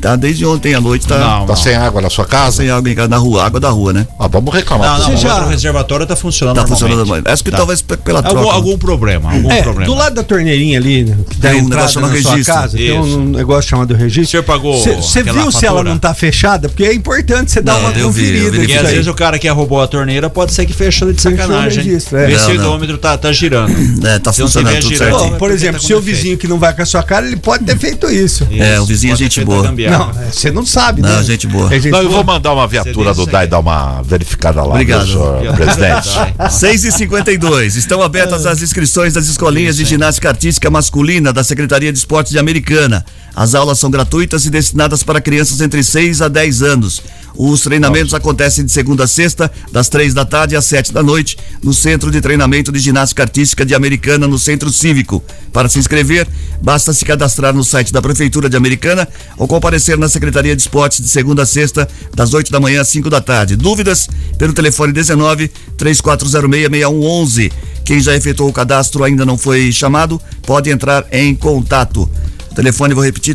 S1: Tá desde ontem à noite, tá
S4: Não,
S3: Tá sem água na sua casa?
S1: sem água em casa, na rua, água da rua, né?
S3: Ah, vamos reclamar.
S4: Não, não,
S2: Você
S4: o
S2: já-
S4: outro reservatório está funcionando
S1: Tá funcionando.
S4: normalmente.
S1: Acho que
S4: Tá.
S1: talvez pe- pela troca.
S4: Algum,
S1: né?
S4: algum problema, algum
S2: É,
S4: problema.
S2: do lado da torneirinha ali, né, que dá
S1: um Tem um
S2: entrada
S1: negócio chamado
S2: na sua
S1: registro.
S2: casa, tem
S4: Isso.
S2: um negócio chamado
S4: O
S2: registro.
S4: senhor pagou
S2: Você
S4: aquela
S2: viu se ela
S4: fatura?
S2: não tá fechada? Porque é importante você dar
S1: Não,
S2: uma
S1: eu vi, eu
S2: conferida.
S1: verifiquei.
S4: E
S2: nisso
S4: às
S2: aí.
S4: vezes o cara que arrobou a torneira pode ser que fechou de
S2: Fechou
S4: sacanagem.
S2: o registro, é.
S4: Vê se
S1: Não,
S4: o
S1: não.
S4: hidrômetro tá, tá girando.
S1: É, tá
S4: Se não
S1: funcionando
S4: tiver
S1: tudo
S4: girando,
S1: certo.
S2: Ó, por exemplo, seu vizinho que não vai com a sua cara, ele pode ter feito isso.
S4: Isso,
S1: É, o vizinho é
S4: pode
S1: gente
S4: ter feito
S1: boa.
S4: a gambiarra.
S2: Não, é, você não sabe,
S1: Não,
S2: né?
S1: gente boa.
S2: É gente
S3: Não, eu
S2: boa.
S3: vou mandar uma viatura
S4: Você
S3: do
S4: disse
S3: DAI
S4: aí.
S3: dar uma verificada lá,
S1: Obrigado.
S3: viu, senhor
S4: Viatura
S3: presidente.
S4: do DAI.
S1: 6 e 52 Estão abertas as inscrições das escolinhas de ginástica artística masculina da Secretaria de Esportes de Americana. As aulas são gratuitas e destinadas para crianças entre 6 a 10 anos. Os treinamentos acontecem de segunda a sexta, das três da tarde às sete da noite, no Centro de Treinamento de Ginástica Artística de Americana, no Centro Cívico. Para se inscrever, basta se cadastrar no site da Prefeitura de Americana ou comparecer na Secretaria de Esportes de segunda a sexta, das 8 da manhã às 5 da tarde. Dúvidas? Pelo telefone 19 3406 6111. Quem já efetuou o cadastro ainda não foi chamado, pode entrar em contato. O telefone, vou repetir,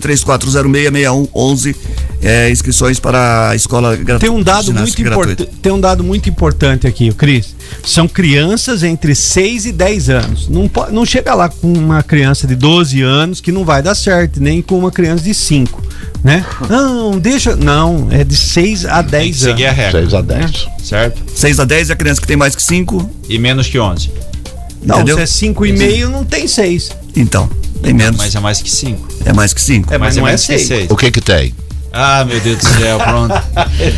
S1: 3406-6111. É, inscrições para a escola gratuita.
S2: Tem um dado muito
S1: ginástica gratuita.
S2: importante, tem um dado muito importante aqui, Cris. São crianças entre 6 e 10 anos. Não po- não chega lá com uma criança de 12 anos que não vai dar certo, nem com uma criança de 5, né? Não, deixa, não, é de 6 a
S4: Tem que
S2: 10
S4: seguir
S2: anos.
S4: a regra,
S3: 6 a 10.
S4: Né? certo?
S1: 6 a 10 é a criança que tem mais que 5,
S4: E menos que 11.
S2: Não,
S1: entendeu?
S2: se é 5 e meio não tem 6.
S1: Então, tem menos.
S4: Mas é mais que 5.
S1: É mais que 5.
S2: É, mas não é seis.
S3: O que que tem?
S4: Ah, meu Deus do céu, pronto.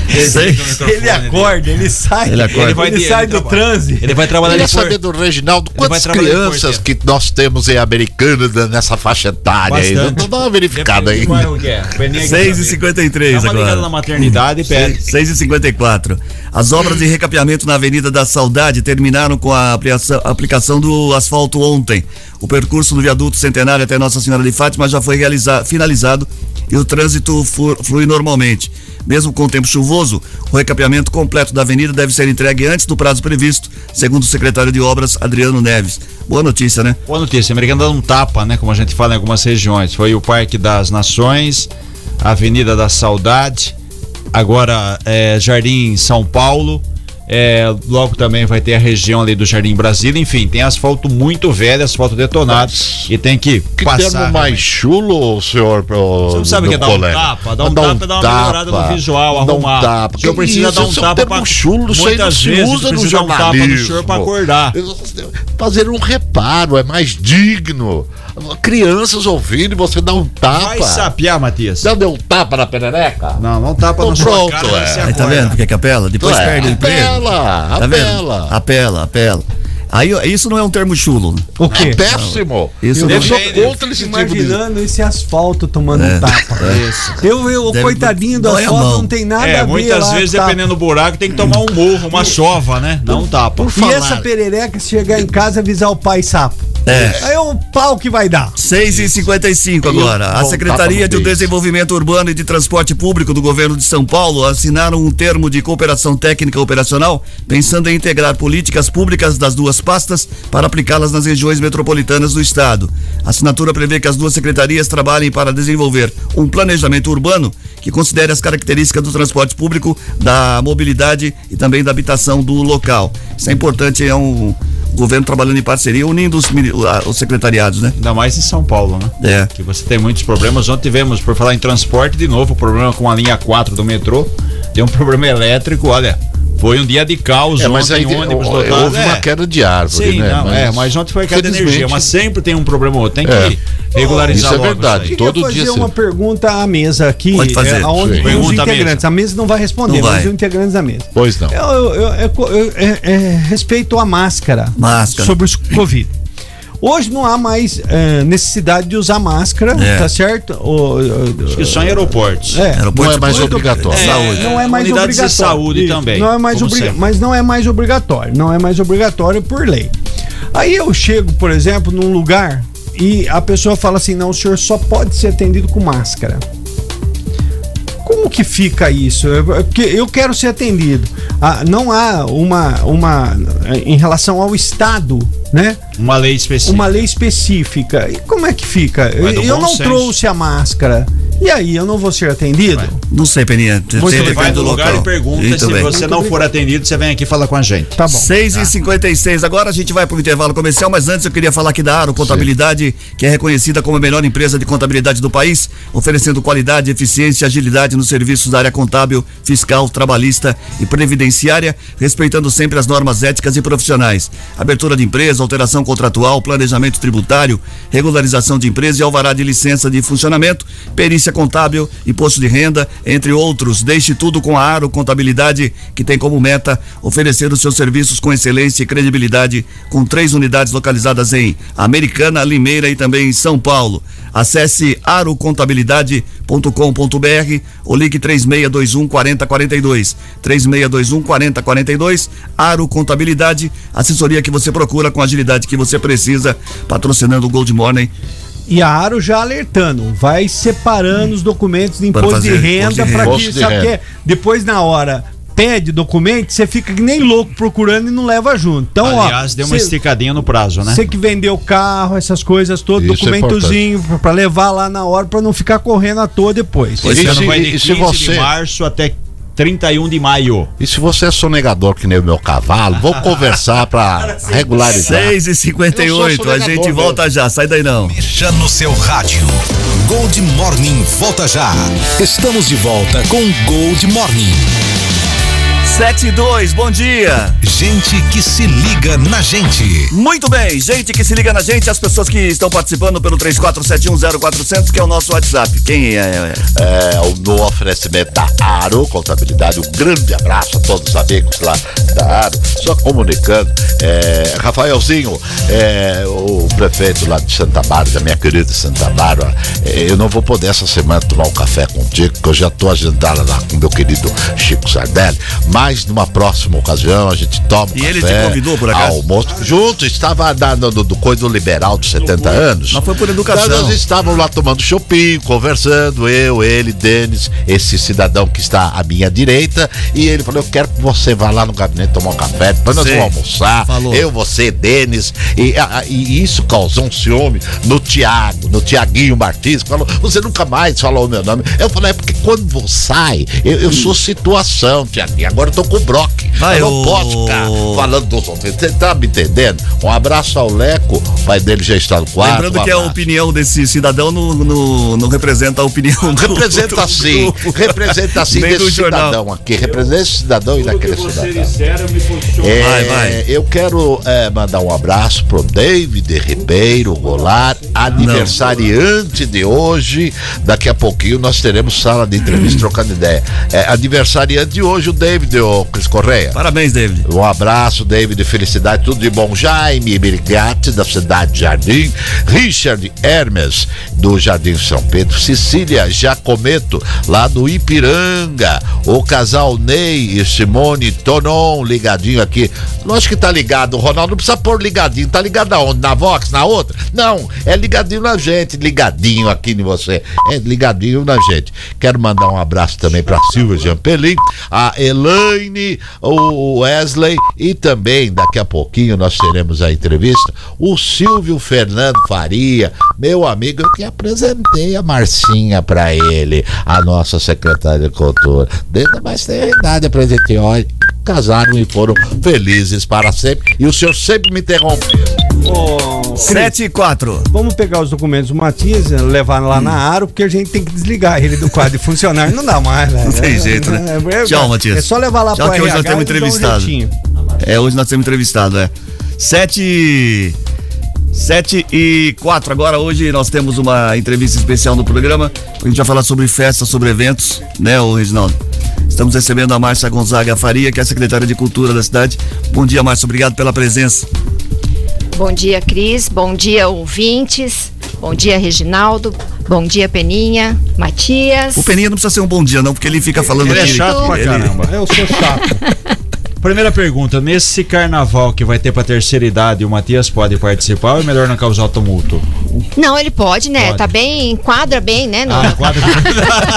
S4: Desliga o microfone
S2: Ele acorda, ele sai,
S1: Ele acorda. é
S2: ele, vai- ele
S4: ele
S2: sai do
S4: trabalha.
S2: transe.
S4: Ele vai
S3: Eu
S4: trabalhar
S3: queria
S4: de
S3: saber
S4: por...
S3: do Reginaldo
S4: vai
S3: quantas
S4: trabalhar de
S3: crianças
S4: porteiro.
S3: que nós temos em Americana da- nessa faixa etária aí.
S4: Bastante.
S3: Dá uma verificada aí.
S4: é. aí.
S1: 6 e 53
S4: Dá uma ligada na
S1: agora.
S4: maternidade e pede.
S1: 6 e 54 As obras de recapeamento na Avenida da Saudade terminaram com a apliação- aplicação do asfalto ontem. O percurso do viaduto centenário até Nossa Senhora de Fátima já foi realiza- finalizado e o trânsito fu- flui normalmente. Mesmo com o tempo chuvoso, o recapeamento completo da avenida deve ser entregue antes do prazo previsto, segundo o secretário de Obras, Adriano Neves. Boa notícia, né?
S4: Boa notícia, a americana dá um tapa, né? Como a gente fala em algumas regiões. Foi o Parque das Nações, Avenida da Saudade, agora é, Jardim São Paulo, É, logo também vai ter a região ali do Jardim Brasília, enfim, tem asfalto muito velho, asfalto detonado e tem que,
S3: Que
S4: passar.
S3: termo mais
S4: realmente.
S3: chulo, senhor?
S4: Você não sabe o que é dar um tapa? Dar um tapa é dar uma melhorada no visual, arrumar.
S3: Dá um tapa.
S4: O senhor precisa dar um
S3: isso
S4: tapa
S3: É um termo
S4: pra-
S3: chulo, isso aí não
S4: muitas
S3: se
S4: vezes
S3: usa no
S4: precisa dar um tapa no
S3: jornalismo.
S4: senhor pra acordar.
S3: Fazer um reparo é mais digno. Crianças ouvindo e você dá um
S4: Vai
S3: tapa.
S4: sapiar, Matias.
S3: Já deu um tapa na perereca?
S4: Não, não tapa
S3: Tô
S4: na
S3: pronto,
S4: sua cara.
S3: é.
S4: você
S1: Aí tá
S4: acorda.
S1: vendo porque é capela? Depois
S3: Ué,
S1: perde o emprego.
S3: apela,
S1: tá vendo?
S3: apela.
S1: Apela, apela. Aí, ó, isso não é um termo chulo.
S2: O quê?
S3: Péssimo.
S1: Isso
S3: eu
S1: não.
S3: sou
S4: Depende.
S3: contra esse tipo de...
S2: Imaginando esse asfalto tomando um
S1: É.
S2: tapa. Eu, eu, o
S1: Deve-
S2: coitadinho do
S1: dói a
S2: asfalto
S1: mão.
S2: não tem nada a
S4: É,
S2: ver.
S4: muitas
S2: lá, tá.
S4: vezes,
S2: tapa.
S4: dependendo do buraco, tem que tomar um morro, uma sova, né? Não tapa.
S3: falar.
S2: E essa perereca chegar em casa e avisar o pai sapo.
S1: É.
S2: Aí é um pau que vai dar.
S1: 6 e 55 agora. A
S3: Bom,
S1: Secretaria
S3: tapa
S1: de
S3: no peito.
S1: Desenvolvimento Urbano e de Transporte Público do Governo de São Paulo assinaram um termo de cooperação técnica operacional, pensando em integrar políticas públicas das duas pastas para aplicá-las nas regiões metropolitanas do Estado. A assinatura prevê que as duas secretarias trabalhem para desenvolver um planejamento urbano que considere as características do transporte público, da mobilidade e também da habitação do local. Isso é importante, é um governo trabalhando em parceria, unindo os, mini- os secretariados, né?
S4: Ainda mais em São Paulo, né?
S1: É.
S4: Que você tem muitos problemas. Ontem tivemos, por falar em transporte, de novo, o problema com a linha 4 do metrô. Tem um problema elétrico, olha. Foi um dia de caos
S3: É, mas aí
S4: ontem, um
S3: tem-
S4: ônibus
S3: houve
S4: lotado.
S3: uma
S4: É.
S3: queda de árvore,
S4: Sim,
S3: né?
S4: não, é, mas ontem foi queda de
S3: felizmente,
S4: energia. Mas sempre tem um problema ou outro. Tem
S3: É.
S4: que regularizar
S3: Isso é
S4: logo
S3: verdade.
S4: aí.
S2: Queria
S3: Todo
S2: fazer
S3: dia
S2: uma
S3: você-
S2: pergunta à mesa aqui.
S1: Pode fazer.
S2: É, aonde
S3: Sim.
S2: os
S4: Pergunta à
S2: integrantes. A mesa não vai responder,
S1: Não
S2: mas
S1: vai.
S2: os integrantes da mesa.
S3: Pois
S4: É.
S3: não.
S2: Eu, eu, eu- eu- eu- é- é respeito à máscara.
S1: Máscara.
S2: Sobre o Covid. Hoje não há mais é, necessidade de usar máscara,
S1: É.
S2: tá certo? O-
S4: Acho que só em aeroportos.
S2: é.
S1: Aeroporto
S3: Não é mais
S1: de Porto-
S3: obrigatório.
S1: É, Saúde.
S2: Não é mais
S4: Unidades de
S2: obrigatório.
S4: saúde também,
S2: Não é mais
S4: como
S2: obriga
S4: sempre.
S2: mas não é mais obrigatório. Não é mais obrigatório por lei. Aí eu chego, por exemplo, num lugar e a pessoa fala assim: não, o senhor só pode ser atendido com máscara. Como que fica isso? É Porque eu quero ser atendido. Ah, não há uma, uma. Em relação ao Estado, né?
S4: Uma lei específica.
S2: uma lei específica. E como é que fica? Eu,
S4: Vai do bom
S2: não
S4: senso.
S2: trouxe a máscara. E aí, eu não vou ser atendido?
S1: Não sei, Peninha.
S2: Muito
S1: Sempre
S4: Ele vai
S1: depende
S4: no lugar e pergunta.
S1: Muito
S4: se
S1: bem.
S4: você
S2: Muito
S4: não
S2: bem.
S4: for atendido, você vem aqui e fala com a gente.
S2: Tá bom.
S1: 6 e 56 Agora a gente vai para o intervalo comercial, mas antes eu queria falar aqui da Aro Contabilidade, que é reconhecida como a melhor empresa de contabilidade do país, oferecendo qualidade, eficiência e agilidade nos serviços da área contábil, fiscal, trabalhista e previdenciária, respeitando sempre as normas éticas e profissionais. Abertura de empresa, alteração contratual, planejamento tributário, regularização de empresa e alvará de licença de funcionamento, perícia contábil, imposto de renda, entre outros. Deixe tudo com a Aro Contabilidade, que tem como meta oferecer os seus serviços com excelência e credibilidade, com três unidades localizadas em Americana, Limeira e também em São Paulo. Acesse arocontabilidade.com.br ou ligue 3621 4042. 3621 4042, Aro Contabilidade, assessoria que você procura com a agilidade que você precisa, patrocinando o Gold Morning
S2: E a Aro já alertando, vai separando os documentos de
S1: Para
S2: imposto de
S1: fazer imposto de
S2: renda para
S3: renda.
S2: que,
S3: Imposto de
S2: sabe o que
S3: renda.
S2: é? depois na hora pede documento, você fica que nem louco procurando e não leva junto. Então,
S4: Aliás,
S2: ó,
S4: deu uma
S2: cê-
S4: esticadinha no prazo, né?
S2: Você que vendeu carro, essas coisas todas,
S3: Isso é
S2: documentozinho pra para levar lá na hora para não ficar correndo à toa depois.
S3: Pois
S4: Esse
S3: E
S4: ano
S3: se-
S4: vai de
S3: e se
S4: 15
S3: você-
S4: de março até 31 de maio.
S3: E se você é sonegador que nem o meu cavalo, vou conversar pra
S4: é
S3: regularizar.
S1: 6 e 58 a
S3: Eu sou
S1: gente
S3: sonegador
S1: volta já, sai daí não.
S5: Já no seu rádio. Gold Morning volta já. Estamos de volta com Gold Morning.
S1: 7 e 2, bom dia.
S5: Gente que se liga na gente.
S1: Muito bem, gente que se liga na gente, as pessoas que estão participando pelo 34710400, que é o nosso WhatsApp. Quem é? é,
S3: É, o no oferecimento da Aro Contabilidade, um grande abraço a todos os amigos lá da Aro, só comunicando, é, Rafaelzinho, é, o prefeito lá de Santa Bárbara, minha querida Santa Bárbara, é, eu não vou poder essa semana tomar um café contigo, que eu já tô agendada lá com meu querido Chico Sardelli, mas numa próxima ocasião a gente toma um
S1: E
S3: café.
S1: ele te convidou, por acaso?
S3: Almoço, junto, estava na, no, no, no coisa do liberal dos 70 anos.
S1: Mas foi por educação.
S3: Nós estavam lá tomando chopinho, conversando, eu, ele, Denis, esse cidadão que está à minha direita, e ele falou: Eu quero que você vá lá no gabinete tomar um café, depois nós
S1: Sei.
S3: vamos almoçar.
S1: Falou.
S3: Eu, você, Denis. E, a- a- e isso causou um ciúme no Tiago, no Tiaguinho Martins, que falou: Você nunca mais falou o meu nome. Eu falei: É porque quando você sai, eu, eu sou situação, Tiaguinho. Agora tô com o Brock.
S1: Vai,
S3: eu não
S1: ô.
S3: posso ficar falando do sorvete. Você tá me entendendo? Um abraço ao Leco, o pai dele já está no quarto.
S1: Lembrando
S3: um
S1: que é a
S3: abraço.
S1: opinião desse cidadão não, não, não representa a opinião do- do-
S3: Representa
S1: do
S3: sim,
S1: grupo.
S3: representa sim
S1: Nem do
S3: desse
S1: jornal.
S3: cidadão aqui, representa esse cidadão e daquele cidadão.
S4: disseram, me posiciono.
S3: É,
S1: Vai, vai.
S3: Eu quero é, mandar um abraço pro David Ribeiro Goulart, aniversariante de hoje. Daqui a pouquinho nós teremos sala de entrevista trocando ideia. É, aniversariante de hoje, o David, o Cris Correia.
S1: Parabéns, David.
S3: Um abraço, David, felicidade, tudo de bom. Jaime Brigatti, da cidade de Jardim. Richard Hermes, do Jardim São Pedro. Cecília Jacometo, lá do Ipiranga. O casal Ney e Simone Tonon, ligadinho aqui. Lógico que tá ligado, o Ronaldo não precisa pôr ligadinho. Tá ligado aonde? Na Vox, na outra? Não, é ligadinho na gente, ligadinho aqui em você. É ligadinho na gente. Quero mandar um abraço também pra Silvia Jampelin, a Elaine, o Wesley e também daqui a pouquinho nós teremos a entrevista. O Silvio Fernando Faria, meu amigo, eu que apresentei a Marcinha pra ele, a nossa secretária de cultura. Desde a mais tenha idade apresentei, olha, casaram e foram felizes para sempre. E o senhor sempre me interrompeu.
S1: é.
S2: Ô, Cris,
S1: 7 e 4.
S2: Vamos pegar os documentos do Matias, eh, levar lá na
S1: Hum.
S2: Aro, porque a gente tem que desligar ele do quadro de funcionário. Não dá mais, né?
S1: Não tem jeito, né? Tchau, Matias.
S2: É só levar lá
S1: Tchau,
S2: pra
S1: que hoje nós temos
S2: RH e dá um
S1: entrevistado.
S2: jeitinho.
S1: É, hoje nós temos entrevistado, é. 7 7 e 4. Agora, hoje nós temos uma entrevista especial no programa. A gente vai falar sobre festas, sobre eventos, né, ô Reginaldo? Estamos recebendo a Márcia Gonzaga Faria, que é a secretária de Cultura da cidade. Bom dia, Márcia. Obrigado pela presença.
S8: Bom dia, Cris. Bom dia, ouvintes. Bom dia, Reginaldo. Bom dia, Peninha. Matias.
S1: O Peninha não precisa ser um bom dia, não, porque ele fica falando
S4: Ele é
S1: aqui.
S4: chato pra
S1: Ele-
S4: caramba.
S2: Eu sou chato.
S4: Primeira pergunta, nesse carnaval que vai ter pra terceira idade, o Matias pode participar ou é melhor não causar tumulto?
S8: Não, ele pode, né?
S4: Pode.
S8: Tá bem, enquadra bem, né? No-
S4: quadro... É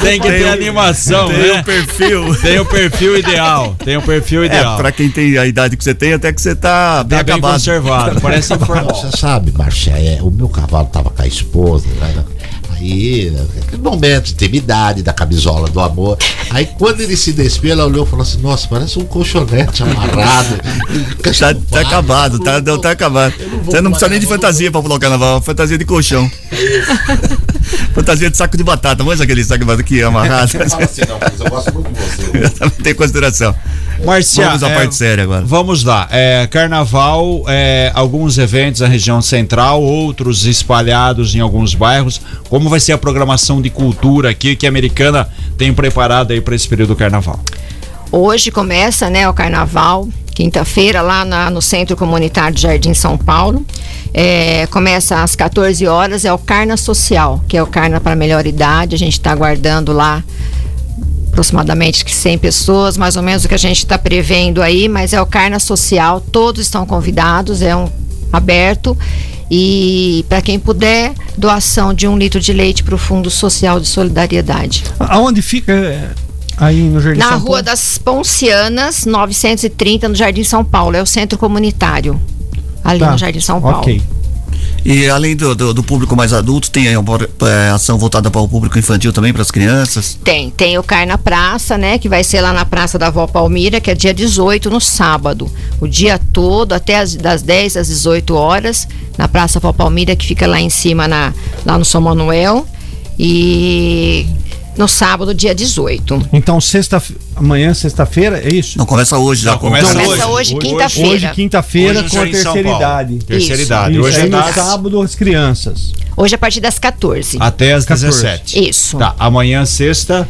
S4: Tem que ter animação,
S1: Tem
S4: né?
S1: o perfil.
S4: Tem o perfil ideal, tem o perfil
S1: É,
S4: ideal.
S1: pra quem tem a idade que você tem, até que você tá bem
S4: Tá bem
S1: acabado.
S4: conservado, parece informal.
S3: Você sabe, Marcia, é, o meu cavalo tava com a esposa, né? aí, aquele momento de intimidade, da camisola do amor. Aí quando ele se despia, ela olhou e falou assim, nossa, parece um colchonete amarrado.
S1: Tá, tá acabado, tá, não, tá acabado.
S3: vou
S1: Você não precisa
S3: pagar,
S1: nem de
S3: eu não
S1: fantasia pra pular o carnaval, fantasia de colchão. fantasia de saco de batata, mas aquele saco de batata que é amarrado.
S3: assim, não, mas eu gosto muito de você.
S1: Tem consideração.
S4: Marcia,
S1: Vamos à
S4: é,
S1: parte séria agora.
S4: Vamos lá. É, carnaval, é, alguns eventos na região central, outros espalhados em alguns bairros. Como vai ser a programação de cultura aqui que a americana tem preparado aí para esse período do carnaval?
S8: Hoje começa, né, o carnaval, quinta-feira, lá na- no Centro Comunitário de Jardim São Paulo. É, começa às 14 horas, é o Carna Social, que é o Carna para Melhor Idade. A gente está aguardando lá aproximadamente que 100 pessoas, mais ou menos o que a gente está prevendo aí, mas é o Carna Social, todos estão convidados, é um aberto. E para quem puder, doação de um litro de leite para o Fundo Social de Solidariedade.
S2: Aonde fica é, aí no Jardim
S8: Na
S2: São
S8: Rua
S2: Paulo?
S8: das Poncianas, 930, no Jardim São Paulo. É o centro comunitário. Ali
S2: Tá.
S8: no Jardim São Paulo.
S2: Ok.
S1: E além do, do- do público mais adulto, tem aí uma eh, ação voltada para o público infantil também, para as crianças.
S8: Tem, tem o Car na Praça, né? Que vai ser lá na Praça da Vó Palmira, que é dia 18, no sábado. O dia todo, até as, das 10 às 18 horas, na Praça Vó Palmira, que fica lá em cima, na, lá no São Manuel. E no sábado, dia 18.
S2: Então, sexta, amanhã, sexta-feira, é isso?
S1: Não começa hoje já.
S4: Não, começa
S8: Começa hoje, quinta-feira.
S2: Hoje, quinta-feira,
S4: Hoje
S2: com a
S4: em São
S2: terceira
S4: Paulo.
S2: idade.
S4: Terceira
S8: Isso.
S4: idade.
S2: Isso,
S4: Hoje
S2: aí
S4: é
S2: no
S4: das-
S2: sábado, as crianças.
S8: Hoje, a partir das 14.
S2: Ah,
S4: até às
S2: 14.
S4: 17.
S8: Isso.
S4: Tá, amanhã sexta.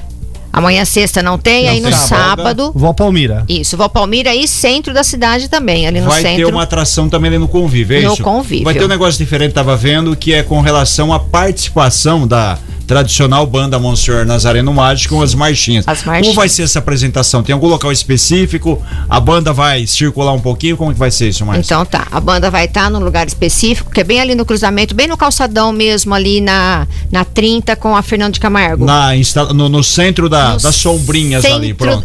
S8: Amanhã, sexta, não tem.
S4: Não
S8: aí no
S4: tem.
S8: sábado,
S2: Vó Palmira.
S8: Isso, Vó Palmira e centro da cidade também, ali no
S4: vai ter
S8: centro.
S4: uma atração também ali no convívio, é
S8: No
S4: isso?
S8: convívio.
S4: Vai ter um negócio diferente, tava vendo, que é com relação à participação da tradicional banda Monsenhor Nazareno Mágico com as marchinhas.
S8: As marchinhas.
S4: Como vai ser essa apresentação? Tem algum local específico? A banda vai circular um pouquinho? Como que vai ser isso, Márcio?
S8: Então tá, a banda vai estar num lugar específico, que é bem ali no cruzamento, bem no calçadão mesmo, ali na, na 30 com a Fernando de Camargo.
S4: Na insta- no, no centro da,
S8: No
S4: Ah, das sombrinhas ali,
S8: centro-
S4: pronto.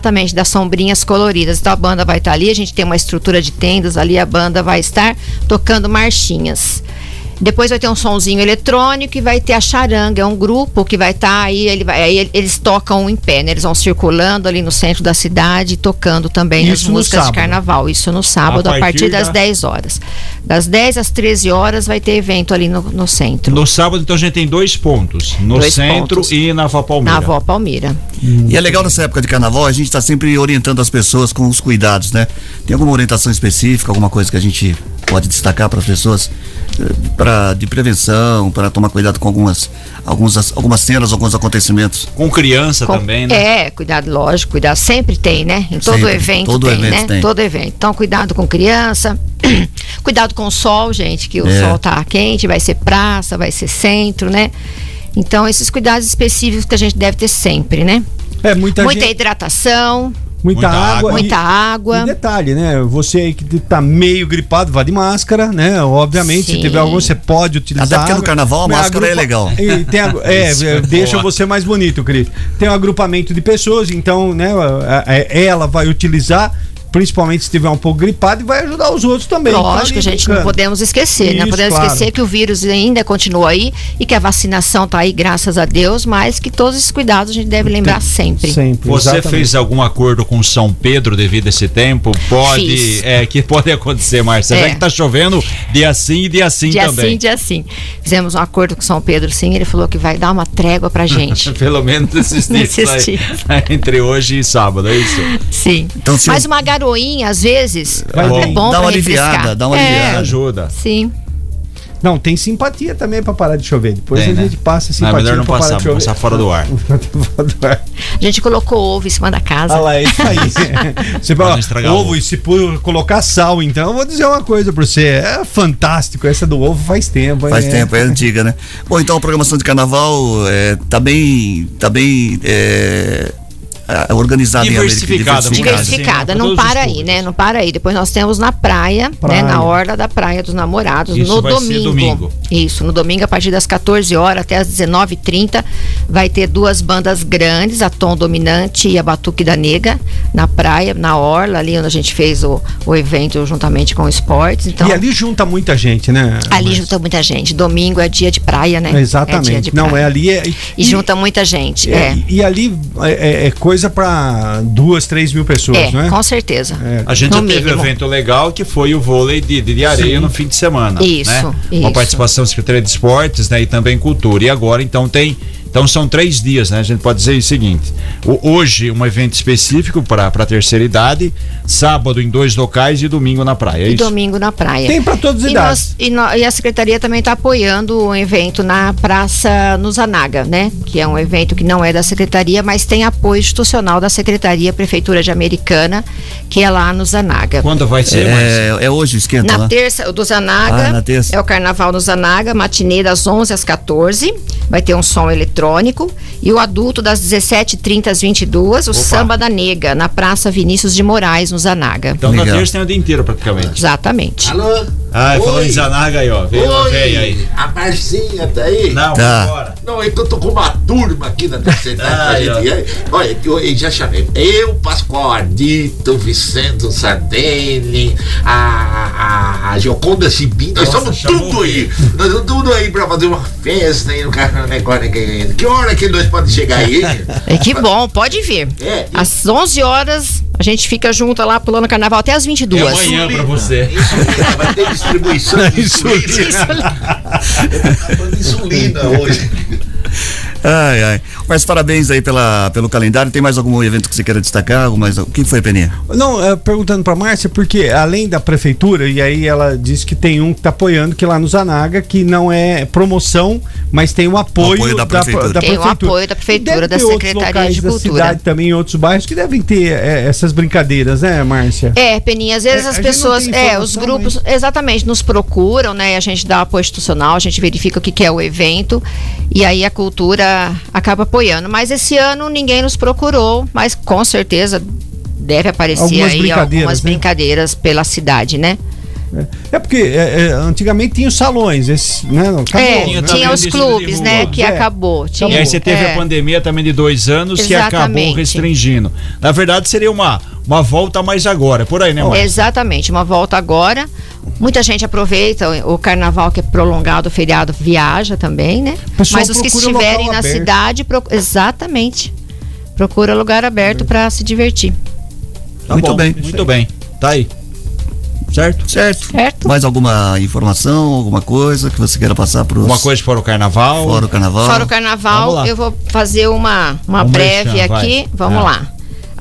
S8: Exatamente, das sombrinhas coloridas. Então a banda vai estar ali, a gente tem uma estrutura de tendas ali, a banda vai estar tocando marchinhas. Depois vai ter um sonzinho eletrônico e vai ter a charanga. É um grupo que vai estar aí, ele vai- aí eles tocam em pé, né? Eles vão circulando ali no centro da cidade, tocando também
S2: Isso
S8: as
S2: no
S8: músicas de
S2: sábado.
S8: carnaval. Isso no sábado,
S4: A
S8: a
S4: partir
S8: partir, das
S4: da-
S8: 10 horas. Das 10 às 13 horas vai ter evento ali no, no centro.
S4: No sábado, então, a gente tem dois pontos. No
S8: Dois
S4: centro
S8: pontos.
S4: e na Vó Palmeira.
S8: Na avó Palmira.
S1: E é legal nessa época de carnaval, a gente está sempre orientando as pessoas com os cuidados, né? Tem alguma orientação específica, alguma coisa que a gente pode destacar para as pessoas eh, pra, de prevenção, para tomar cuidado com algumas, algumas, algumas cenas, alguns acontecimentos?
S4: Com criança
S8: Com-
S4: também, né?
S8: É, cuidado, lógico, cuidado sempre tem, né? Em todo
S1: Sempre,
S8: evento
S1: todo
S8: tem,
S1: evento
S8: né?
S1: tem.
S8: Todo evento. Então, cuidado com criança, cuidado com o sol, gente, que o
S1: É.
S8: sol tá quente, vai ser praça, vai ser centro, né? Então, esses cuidados específicos que a gente deve ter sempre, né?
S2: É, muita,
S8: muita
S2: gente,
S8: hidratação,
S2: muita,
S4: muita
S2: água.
S4: água.
S2: e-
S8: muita
S2: E
S8: água.
S2: detalhe, né? Você aí que tá meio gripado, vá de máscara, né? Obviamente, se
S8: Sim.
S2: tiver algum, você pode utilizar.
S1: Até porque no carnavel a
S2: Mas
S1: máscara é legal.
S2: E tem a- é,
S4: Isso,
S2: é,
S4: boa.
S2: deixa você mais bonito, Cris. Tem um agrupamento de pessoas, então, né? a- a- ela vai utilizar, principalmente se tiver um pouco gripado, e vai ajudar os outros também. Então,
S8: Lógico,
S2: ali,
S8: gente, não
S2: bacana.
S8: podemos esquecer, né?
S2: Isso,
S8: Podemos
S2: claro.
S8: esquecer que o vírus ainda continua aí e que a vacinação tá aí, graças a Deus, mas que todos esses cuidados a gente deve lembrar sempre.
S2: Sempre.
S4: Você
S2: exatamente.
S4: fez algum acordo com São Pedro devido a esse tempo? Pode,
S8: Fiz.
S4: é, que pode acontecer, Márcia.
S8: É. assim
S4: Já que tá chovendo, dia sim e dia sim
S8: Dia
S4: também.
S8: sim, dia sim. Fizemos um acordo com São Pedro, sim. Ele falou que vai dar uma trégua pra gente.
S4: Pelo menos esses dias,
S8: Nesses
S4: aí,
S8: dias.
S4: entre hoje e sábado, é isso?
S8: sim.
S1: Então, se
S8: Mas
S1: eu-
S8: uma garoinha, às vezes,
S2: Vai
S8: é
S2: bem.
S8: bom
S1: Dá
S8: pra
S1: uma
S8: refrescar.
S1: aliviada, dá uma
S8: É,
S1: aliviada.
S4: Ajuda.
S8: Sim.
S2: Não, tem simpatia também pra parar de chover. Depois
S4: Tem,
S2: a
S4: né?
S2: gente passa
S4: Não, é
S2: simpatia
S4: melhor não
S2: pra parar
S4: passar,
S2: de
S4: vou
S2: chover.
S4: passar fora do ar.
S8: A gente colocou ovo em cima da casa.
S2: Ah lá, é isso aí. você
S4: Pra
S2: fala,
S4: não estragar
S2: ovo,
S4: o ovo.
S2: e se por colocar sal, então, eu vou dizer uma coisa pra você. É fantástico. Essa do ovo faz tempo, hein?
S1: Faz tempo, é antiga, né? Bom, então a programação de carnaval é, tá bem. tá bem. é, a- organizada em América-
S4: Diversificada, vamos dizer assim.
S8: Diversificada,
S4: Sim,
S8: não
S4: pra todos
S8: para
S4: os
S8: aí, né?
S4: públicos.
S8: Não para aí. Depois nós temos na praia,
S2: Praia.
S8: né? Na orla da praia dos namorados,
S4: Isso
S8: no
S4: vai ser
S8: domingo.
S4: domingo.
S8: Isso, no domingo, a partir das 14 horas até as 19h30, vai ter duas bandas grandes, a Tom Dominante e a Batuque da Nega, na praia, na orla, ali onde a gente fez o, o evento juntamente com o esportes. Então,
S2: E ali junta muita gente, né?
S8: ali junta muita gente. Domingo é dia de praia, né?
S2: Exatamente.
S8: É dia de
S2: não, é
S8: praia.
S2: ali. É,
S8: E junta muita gente.
S2: é,
S8: É.
S2: E ali é, é- é coisa pra duas, três mil pessoas,
S8: É,
S2: né?
S8: com certeza.
S4: A gente
S8: No
S4: já teve um
S8: mínimo.
S4: evento legal que foi o vôlei de, de areia no fim de semana.
S8: Isso,
S4: né? Uma
S8: isso.
S4: participação da Secretaria de Esportes né, e também Cultura. E agora, então, tem. Então são três dias, né? A gente pode dizer o seguinte: o- hoje, um evento específico para a terceira idade, sábado em dois locais e domingo na praia. É
S8: E
S4: isso?
S8: domingo na praia.
S2: Tem pra todas as
S8: E,
S2: idades.
S8: nós- e nó- e a secretaria também está apoiando o evento na Praça Nuzanaga, né? Que é um evento que não é da secretaria, mas tem apoio institucional da secretaria Prefeitura de Americana, que é lá no Zanaga.
S4: Quando vai ser, Márcia?
S1: É, é hoje, esquenta,
S8: Na
S1: né?
S8: terça, o do Zanaga.
S1: Ah, na terça.
S8: É o carnaval no Zanaga, matinê das 11 às 14. Vai ter um som eletrônico. E o adulto das 17h30 às 22 o Samba da Nega, na Praça Vinícius de Moraes, no Zanaga.
S4: Então na
S1: Legal.
S4: terça tem o dia inteiro praticamente.
S8: Exatamente.
S9: Alô?
S4: Ah, falou
S9: Oi.
S4: em Zanaga aí, ó. Veio a
S9: Oi,
S4: véia aí.
S9: A Marcinha tá aí?
S4: Não,
S1: Tá.
S4: agora.
S9: Não, é que eu tô com uma turma aqui na terceira idade.
S4: Ai,
S9: gente. Olha, eu, eu já chamei. Eu, Pascoal Ardito, Vicento Sardelli, a, a, a Gioconda Sibim, nós
S4: Nossa,
S9: estamos
S4: chamou
S9: tudo
S4: o
S9: aí. Nós estamos tudo aí pra fazer uma festa aí no carro negócio. Que, que hora que nós podemos chegar aí?
S8: É que bom, pode vir.
S9: É.
S8: Às 11 horas a gente fica junto lá pulando carnaval até às 22.
S4: É amanhã pra você.
S9: Insulina, vai ter distribuição de insulina. Insulina hoje.
S1: Ai, ai. Mas parabéns aí pela, pelo calendário. Tem mais algum evento que você queira destacar? Algum Mais, o que foi, Peninha?
S2: Não, é, perguntando pra Márcia, porque além da prefeitura, e aí ela disse que tem um que tá apoiando, que lá no Zanaga, que não é promoção, mas tem o apoio,
S1: Apoio da prefeitura.
S8: Tem o apoio da prefeitura,
S2: Deve
S8: da
S2: ter outros
S8: Secretaria
S2: locais
S8: de
S2: da
S8: Cultura.
S2: cidade também, em outros bairros, que devem ter é, essas brincadeiras, né, Márcia?
S8: É, Peninha, às vezes
S2: É, a
S8: as
S2: gente não
S8: pessoas,
S2: tem
S8: é, os
S2: informação, né?
S8: grupos, exatamente, nos procuram, né? e A gente dá apoio institucional, a gente verifica o que, que é o evento e aí a cultura acaba apoiando. Mas esse ano ninguém nos procurou, mas com certeza deve aparecer
S2: Algumas
S8: aí
S2: brincadeiras,
S8: algumas
S2: né?
S8: brincadeiras pela cidade, né?
S2: É porque é, é, antigamente tinha os salões, esses, né? Acabou,
S8: É,
S4: Tinha
S2: né?
S4: também
S8: tinha os
S4: desse
S8: clubes,
S4: de
S8: né?
S4: rua.
S8: Que
S2: É.
S8: acabou. Tinha,
S4: E aí você teve
S8: é.
S4: a pandemia também de dois anos que acabou
S8: Exatamente.
S4: restringindo. Na verdade, seria uma, uma volta mais agora, por aí, né, Márcio?
S8: Exatamente, uma volta agora. Muita gente aproveita o o carnaval que é prolongado, o feriado viaja também, né?
S2: pessoal
S8: Mas os que
S2: procura local
S8: estiverem na
S2: aberto.
S8: cidade, pro- exatamente. Procura lugar
S2: É.
S8: aberto para se divertir,
S4: Tá
S1: Muito
S4: bom,
S1: bem.
S4: Muito bem. Tá aí. Certo?
S1: Certo.
S8: certo?
S1: Mais alguma informação, alguma coisa que você queira passar para
S4: Uma coisa fora o carnaval.
S1: fora o carnaval?
S8: Fora o
S4: Vamos
S8: carnaval,
S4: lá.
S8: eu vou fazer uma, uma
S4: Um
S8: breve
S4: merchan,
S8: aqui.
S4: vai.
S8: Vamos
S4: É.
S8: lá.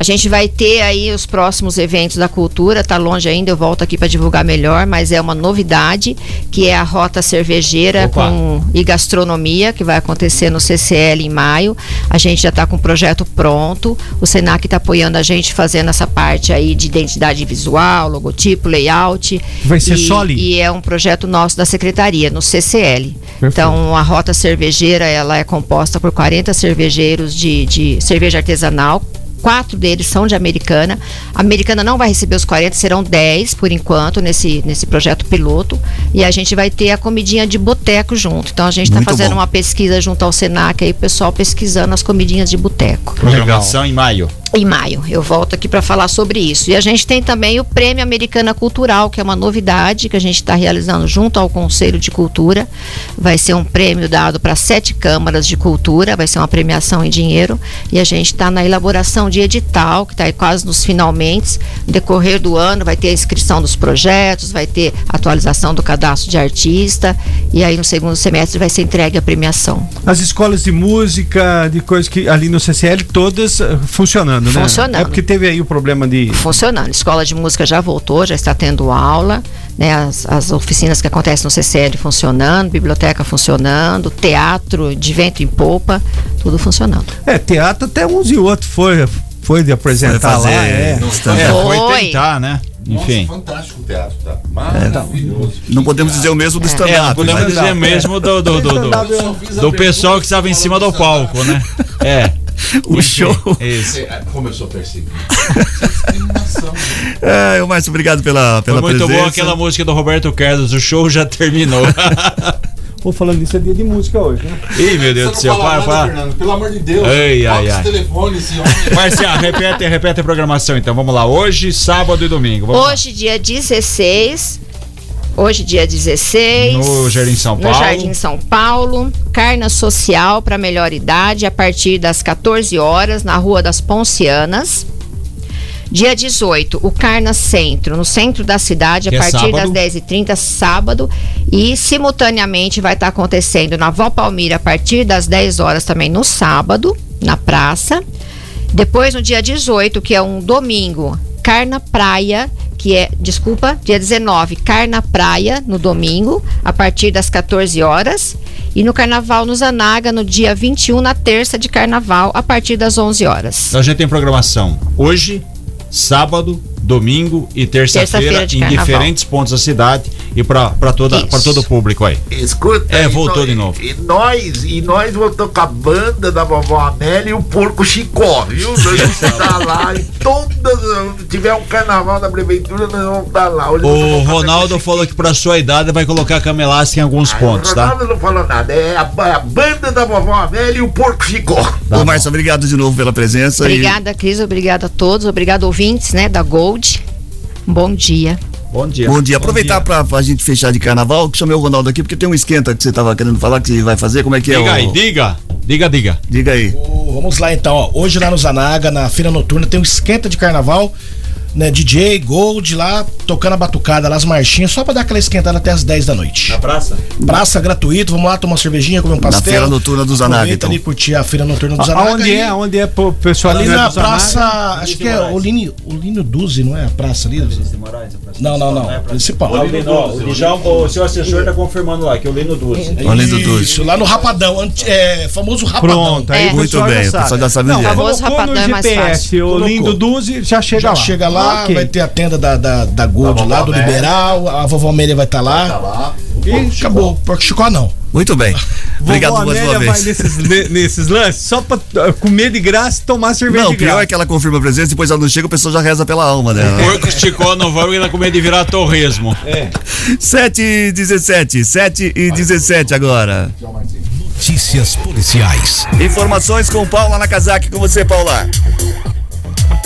S8: A gente vai ter aí os próximos eventos da cultura, tá longe ainda, eu volto aqui para divulgar melhor, mas é uma novidade, que é a Rota Cervejeira
S4: Opa.
S8: com e Gastronomia, que vai acontecer no CCL em maio. A gente já está com o projeto pronto, o Senac está apoiando a gente fazendo essa parte aí de identidade visual, logotipo, layout.
S2: Vai ser
S8: E-
S2: só ali?
S8: e é um projeto nosso da secretaria, no CCL. Então, a Rota Cervejeira, ela é composta por 40 cervejeiros de, de cerveja artesanal. Quatro deles são de Americana. A Americana não vai receber os 40, serão 10 por enquanto nesse, nesse projeto piloto. E a gente vai ter a comidinha de boteco junto. Então a gente está
S1: Muito
S8: fazendo
S1: bom.
S8: uma pesquisa junto ao Senac aí, o pessoal pesquisando as comidinhas de boteco
S4: Programação em maio.
S8: em maio. Eu volto aqui para falar sobre isso. E a gente tem também o Prêmio Americana Cultural, que é uma novidade que a gente está realizando junto ao Conselho de Cultura. Vai ser um prêmio dado para sete câmaras de cultura, vai ser uma premiação em dinheiro. E a gente está na elaboração de edital, que está quase nos finalmente. No decorrer do ano vai ter a inscrição dos projetos, vai ter atualização do cadastro de artista. E aí no segundo semestre vai ser entregue a premiação.
S2: As escolas de música, de coisas que ali no CCL, todas eh, funcionando, né?
S8: Funcionando.
S2: É porque teve aí o problema de.
S8: funcionando. Escola de música já voltou, já está tendo aula, né? As, as oficinas que acontecem no CCL funcionando, biblioteca funcionando, teatro de vento em polpa, tudo funcionando.
S2: É, teatro até uns e outros foi, foi de
S1: Vai
S2: apresentar
S1: fazer
S2: lá. É.
S1: no stand-up.
S4: É, foi
S8: Foi.
S4: tentar, né? Enfim.
S3: fantástico o teatro, tá? Maravilhoso.
S1: Não podemos dizer o mesmo do stand-up.
S4: É, não podemos
S1: mas-
S4: dizer mesmo do, do, do, do, do pessoal que estava em cima do palco, né? É.
S1: O show.
S4: Isso.
S9: é, ah,
S3: Como eu sou percebido.
S1: É, o Márcio, obrigado pela,
S4: Foi
S1: pela
S4: muito
S1: presença.
S4: boa aquela música do Roberto Carlos, o show já terminou.
S2: Pô, falando nisso, é dia de música hoje, né?
S4: Ih, meu Deus do céu, para, para.
S3: Fernando, pelo amor de Deus.
S4: Ai, ai,
S3: Toca
S4: ai.
S3: esse telefone, esse homem.
S4: Marcial, repete, repete a programação então. Vamos lá. Hoje, sábado e domingo. Vamos lá.
S8: Hoje, dia 16. Hoje, dia 16.
S4: No Jardim São
S8: no
S4: Paulo.
S8: Jardim São Paulo. Carna Social para Melhor Idade, a partir das 14 horas, na Rua das Poncianas. Dia 18, o Carna Centro, no centro da cidade,
S4: Que é
S8: a partir
S4: sábado.
S8: das 10h30, sábado. E, simultaneamente, vai estar acontecendo na Val Palmira, a partir das 10 horas também, no sábado, na praça. Depois, no dia 18, que é um domingo, Carna Praia, que é, desculpa, dia 19, Carna Praia, no domingo, a partir das 14 horas. E no Carnaval no Zanaga, no dia 21, na terça de Carnaval, a partir das 11 horas.
S4: Então a gente tem programação hoje, sábado, domingo e terça-feira
S8: Terça-feira de
S4: em
S8: carnaval.
S4: diferentes pontos da cidade e para toda
S8: Isso.
S4: para todo o público aí.
S9: Escuta.
S4: É,
S9: e
S4: voltou
S9: nó-
S4: de novo.
S9: E nós, e nós voltamos com a banda da vovó Amélia e o porco Chicó, viu? Nós vamos estar lá em todas. as- Se tiver um carnaval da prefeitura, nós vamos estar lá. Hoje nós
S4: O
S9: vamos fazer
S4: Ronaldo
S9: com
S4: falou que para sua idade vai colocar camelasca em alguns
S9: Chiquinho.
S4: pontos,
S9: o
S4: tá?
S9: Ronaldo não falou nada. É a, ba- a banda da vovó Amélia e o porco Chicó.
S1: Ô, Márcio, obrigado de novo pela presença. e-
S8: Obrigada, Cris. Obrigada a todos. Obrigada, ouvintes, né, da Gold. Bom dia.
S4: Bom dia.
S1: Bom dia. Aproveitar pra, pra gente fechar de carnaval, que chamei o Ronaldo aqui, porque tem um esquenta que você tava querendo falar que vai fazer. Como é que é?
S4: Diga
S1: o-
S4: aí, diga. Diga, diga.
S1: Diga aí.
S10: Ô, Vamos lá então, ó. hoje lá no Zanaga, na feira noturna, tem um esquenta de carnaval, né? DJ, Gold lá, tocando a batucada lá, as marchinhas, só pra dar aquela esquentada até as 10 da noite.
S4: praça?
S10: Praça gratuito, vamos lá tomar uma cervejinha, comer um pastel.
S1: feira noturna do Zanaga,
S10: Aproveita
S1: então. Ah,
S10: ali, curtir a feira noturna do Zanaga.
S2: Aonde
S10: e-
S2: é? Aonde é pro pessoal
S10: Ali
S2: ali
S10: na
S2: do Zanaga?
S10: praça, acho que é Oline, Olínio Duzi, não é a praça ali? Não, não, não, principal. É,
S4: o seu assessor tá confirmando lá que eu li no 12.
S1: Olha do
S10: Isso, lá no Rapadão, ante- é, famoso Rapadão.
S2: Pronto, aí
S8: É.
S2: o
S1: Muito
S2: pessoal
S1: bem,
S2: já
S1: o pessoal
S2: sabe.
S1: já sabe
S2: Não,
S1: onde é.
S8: Famoso
S2: colocou no
S8: Rapadão é mais
S2: GPS,
S8: fácil.
S2: o
S10: Colocou.
S2: lindo 12 já chega
S10: Já
S2: lá.
S10: chega lá,
S2: Ok.
S10: vai ter a tenda da, da, da Gold tá lá, do Liberal, a vovó Amélia vai estar lá. E acabou. Porco chicó não.
S1: Muito bem. Obrigado
S2: Vovó
S1: mais
S2: Amélia
S1: uma
S2: vai
S1: vez.
S2: nesses, ne- nesses lances só pra eh, comer de graça e tomar cerveja
S1: Não,
S2: de
S1: pior
S2: graça.
S1: é que ela confirma a presença, depois ela não chega, a pessoa já reza pela alma dela.
S4: Porco esticou, não vamos ainda comer de virar torresmo.
S1: 7 e 17, 7 e 17 agora.
S5: Notícias policiais.
S1: Informações com Paula Nakazaki, com você, Paula.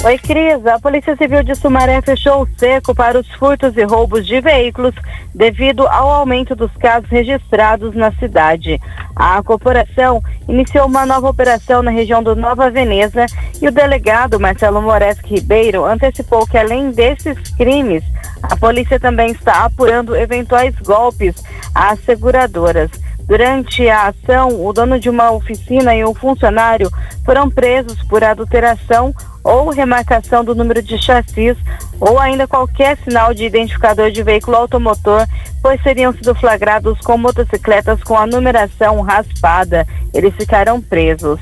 S7: Oi, Cris. A Polícia Civil de Sumaré fechou o seco para os furtos e roubos de veículos devido ao aumento dos casos registrados na cidade. A corporação iniciou uma nova operação na região do Nova Veneza e o delegado Marcelo Moresque Ribeiro antecipou que, além desses crimes, a polícia também está apurando eventuais golpes às seguradoras. Durante a ação, o dono de uma oficina e um funcionário foram presos por adulteração ou remarcação do número de chassis ou ainda qualquer sinal de identificador de veículo automotor, pois seriam sido flagrados com motocicletas com a numeração raspada. Eles ficaram presos.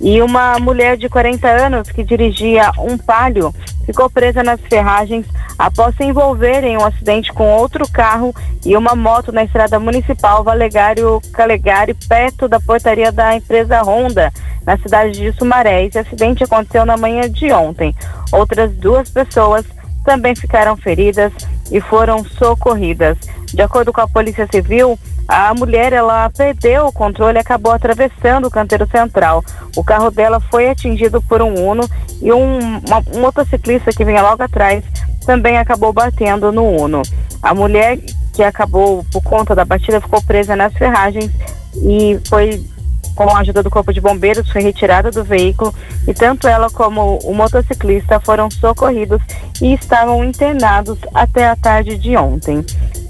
S7: E uma mulher de 40 anos que dirigia um palio ficou presa nas ferragens após se envolver em um acidente com outro carro e uma moto na estrada municipal Valegário Calegari, perto da portaria da empresa Honda, na cidade de Sumaré. Esse acidente aconteceu na manhã de ontem. Outras duas pessoas também ficaram feridas e foram socorridas. De acordo com a Polícia Civil, a mulher ela perdeu o controle e acabou atravessando o canteiro central. O carro dela foi atingido por um Uno e um, uma- um motociclista que vinha logo atrás também acabou batendo no Uno. A mulher que acabou por conta da batida ficou presa nas ferragens e foi com a ajuda do corpo de bombeiros foi retirada do veículo e tanto ela como o motociclista foram socorridos e estavam internados até a tarde de ontem.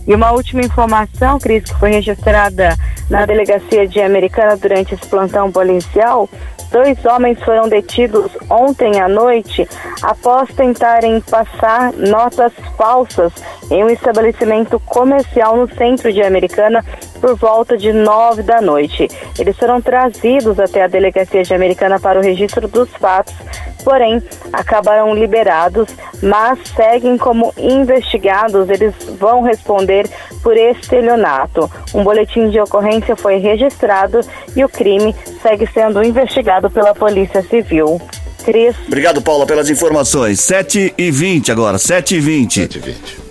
S7: E uma última informação, Cris, que foi registrada na delegacia de Americana durante esse plantão policial, dois homens foram detidos ontem à noite após tentarem passar notas falsas em um estabelecimento comercial no centro de Americana por volta de nove da noite. Eles foram trazidos até a delegacia de Americana para o registro dos fatos, porém acabaram liberados, mas seguem como investigados. Eles vão responder por estelionato. Um boletim de ocorrência foi registrado e o crime segue sendo investigado pela Polícia Civil. Cris.
S1: Obrigado, Paula, pelas informações. 7 e 20 agora, 7 e 20.
S3: 720.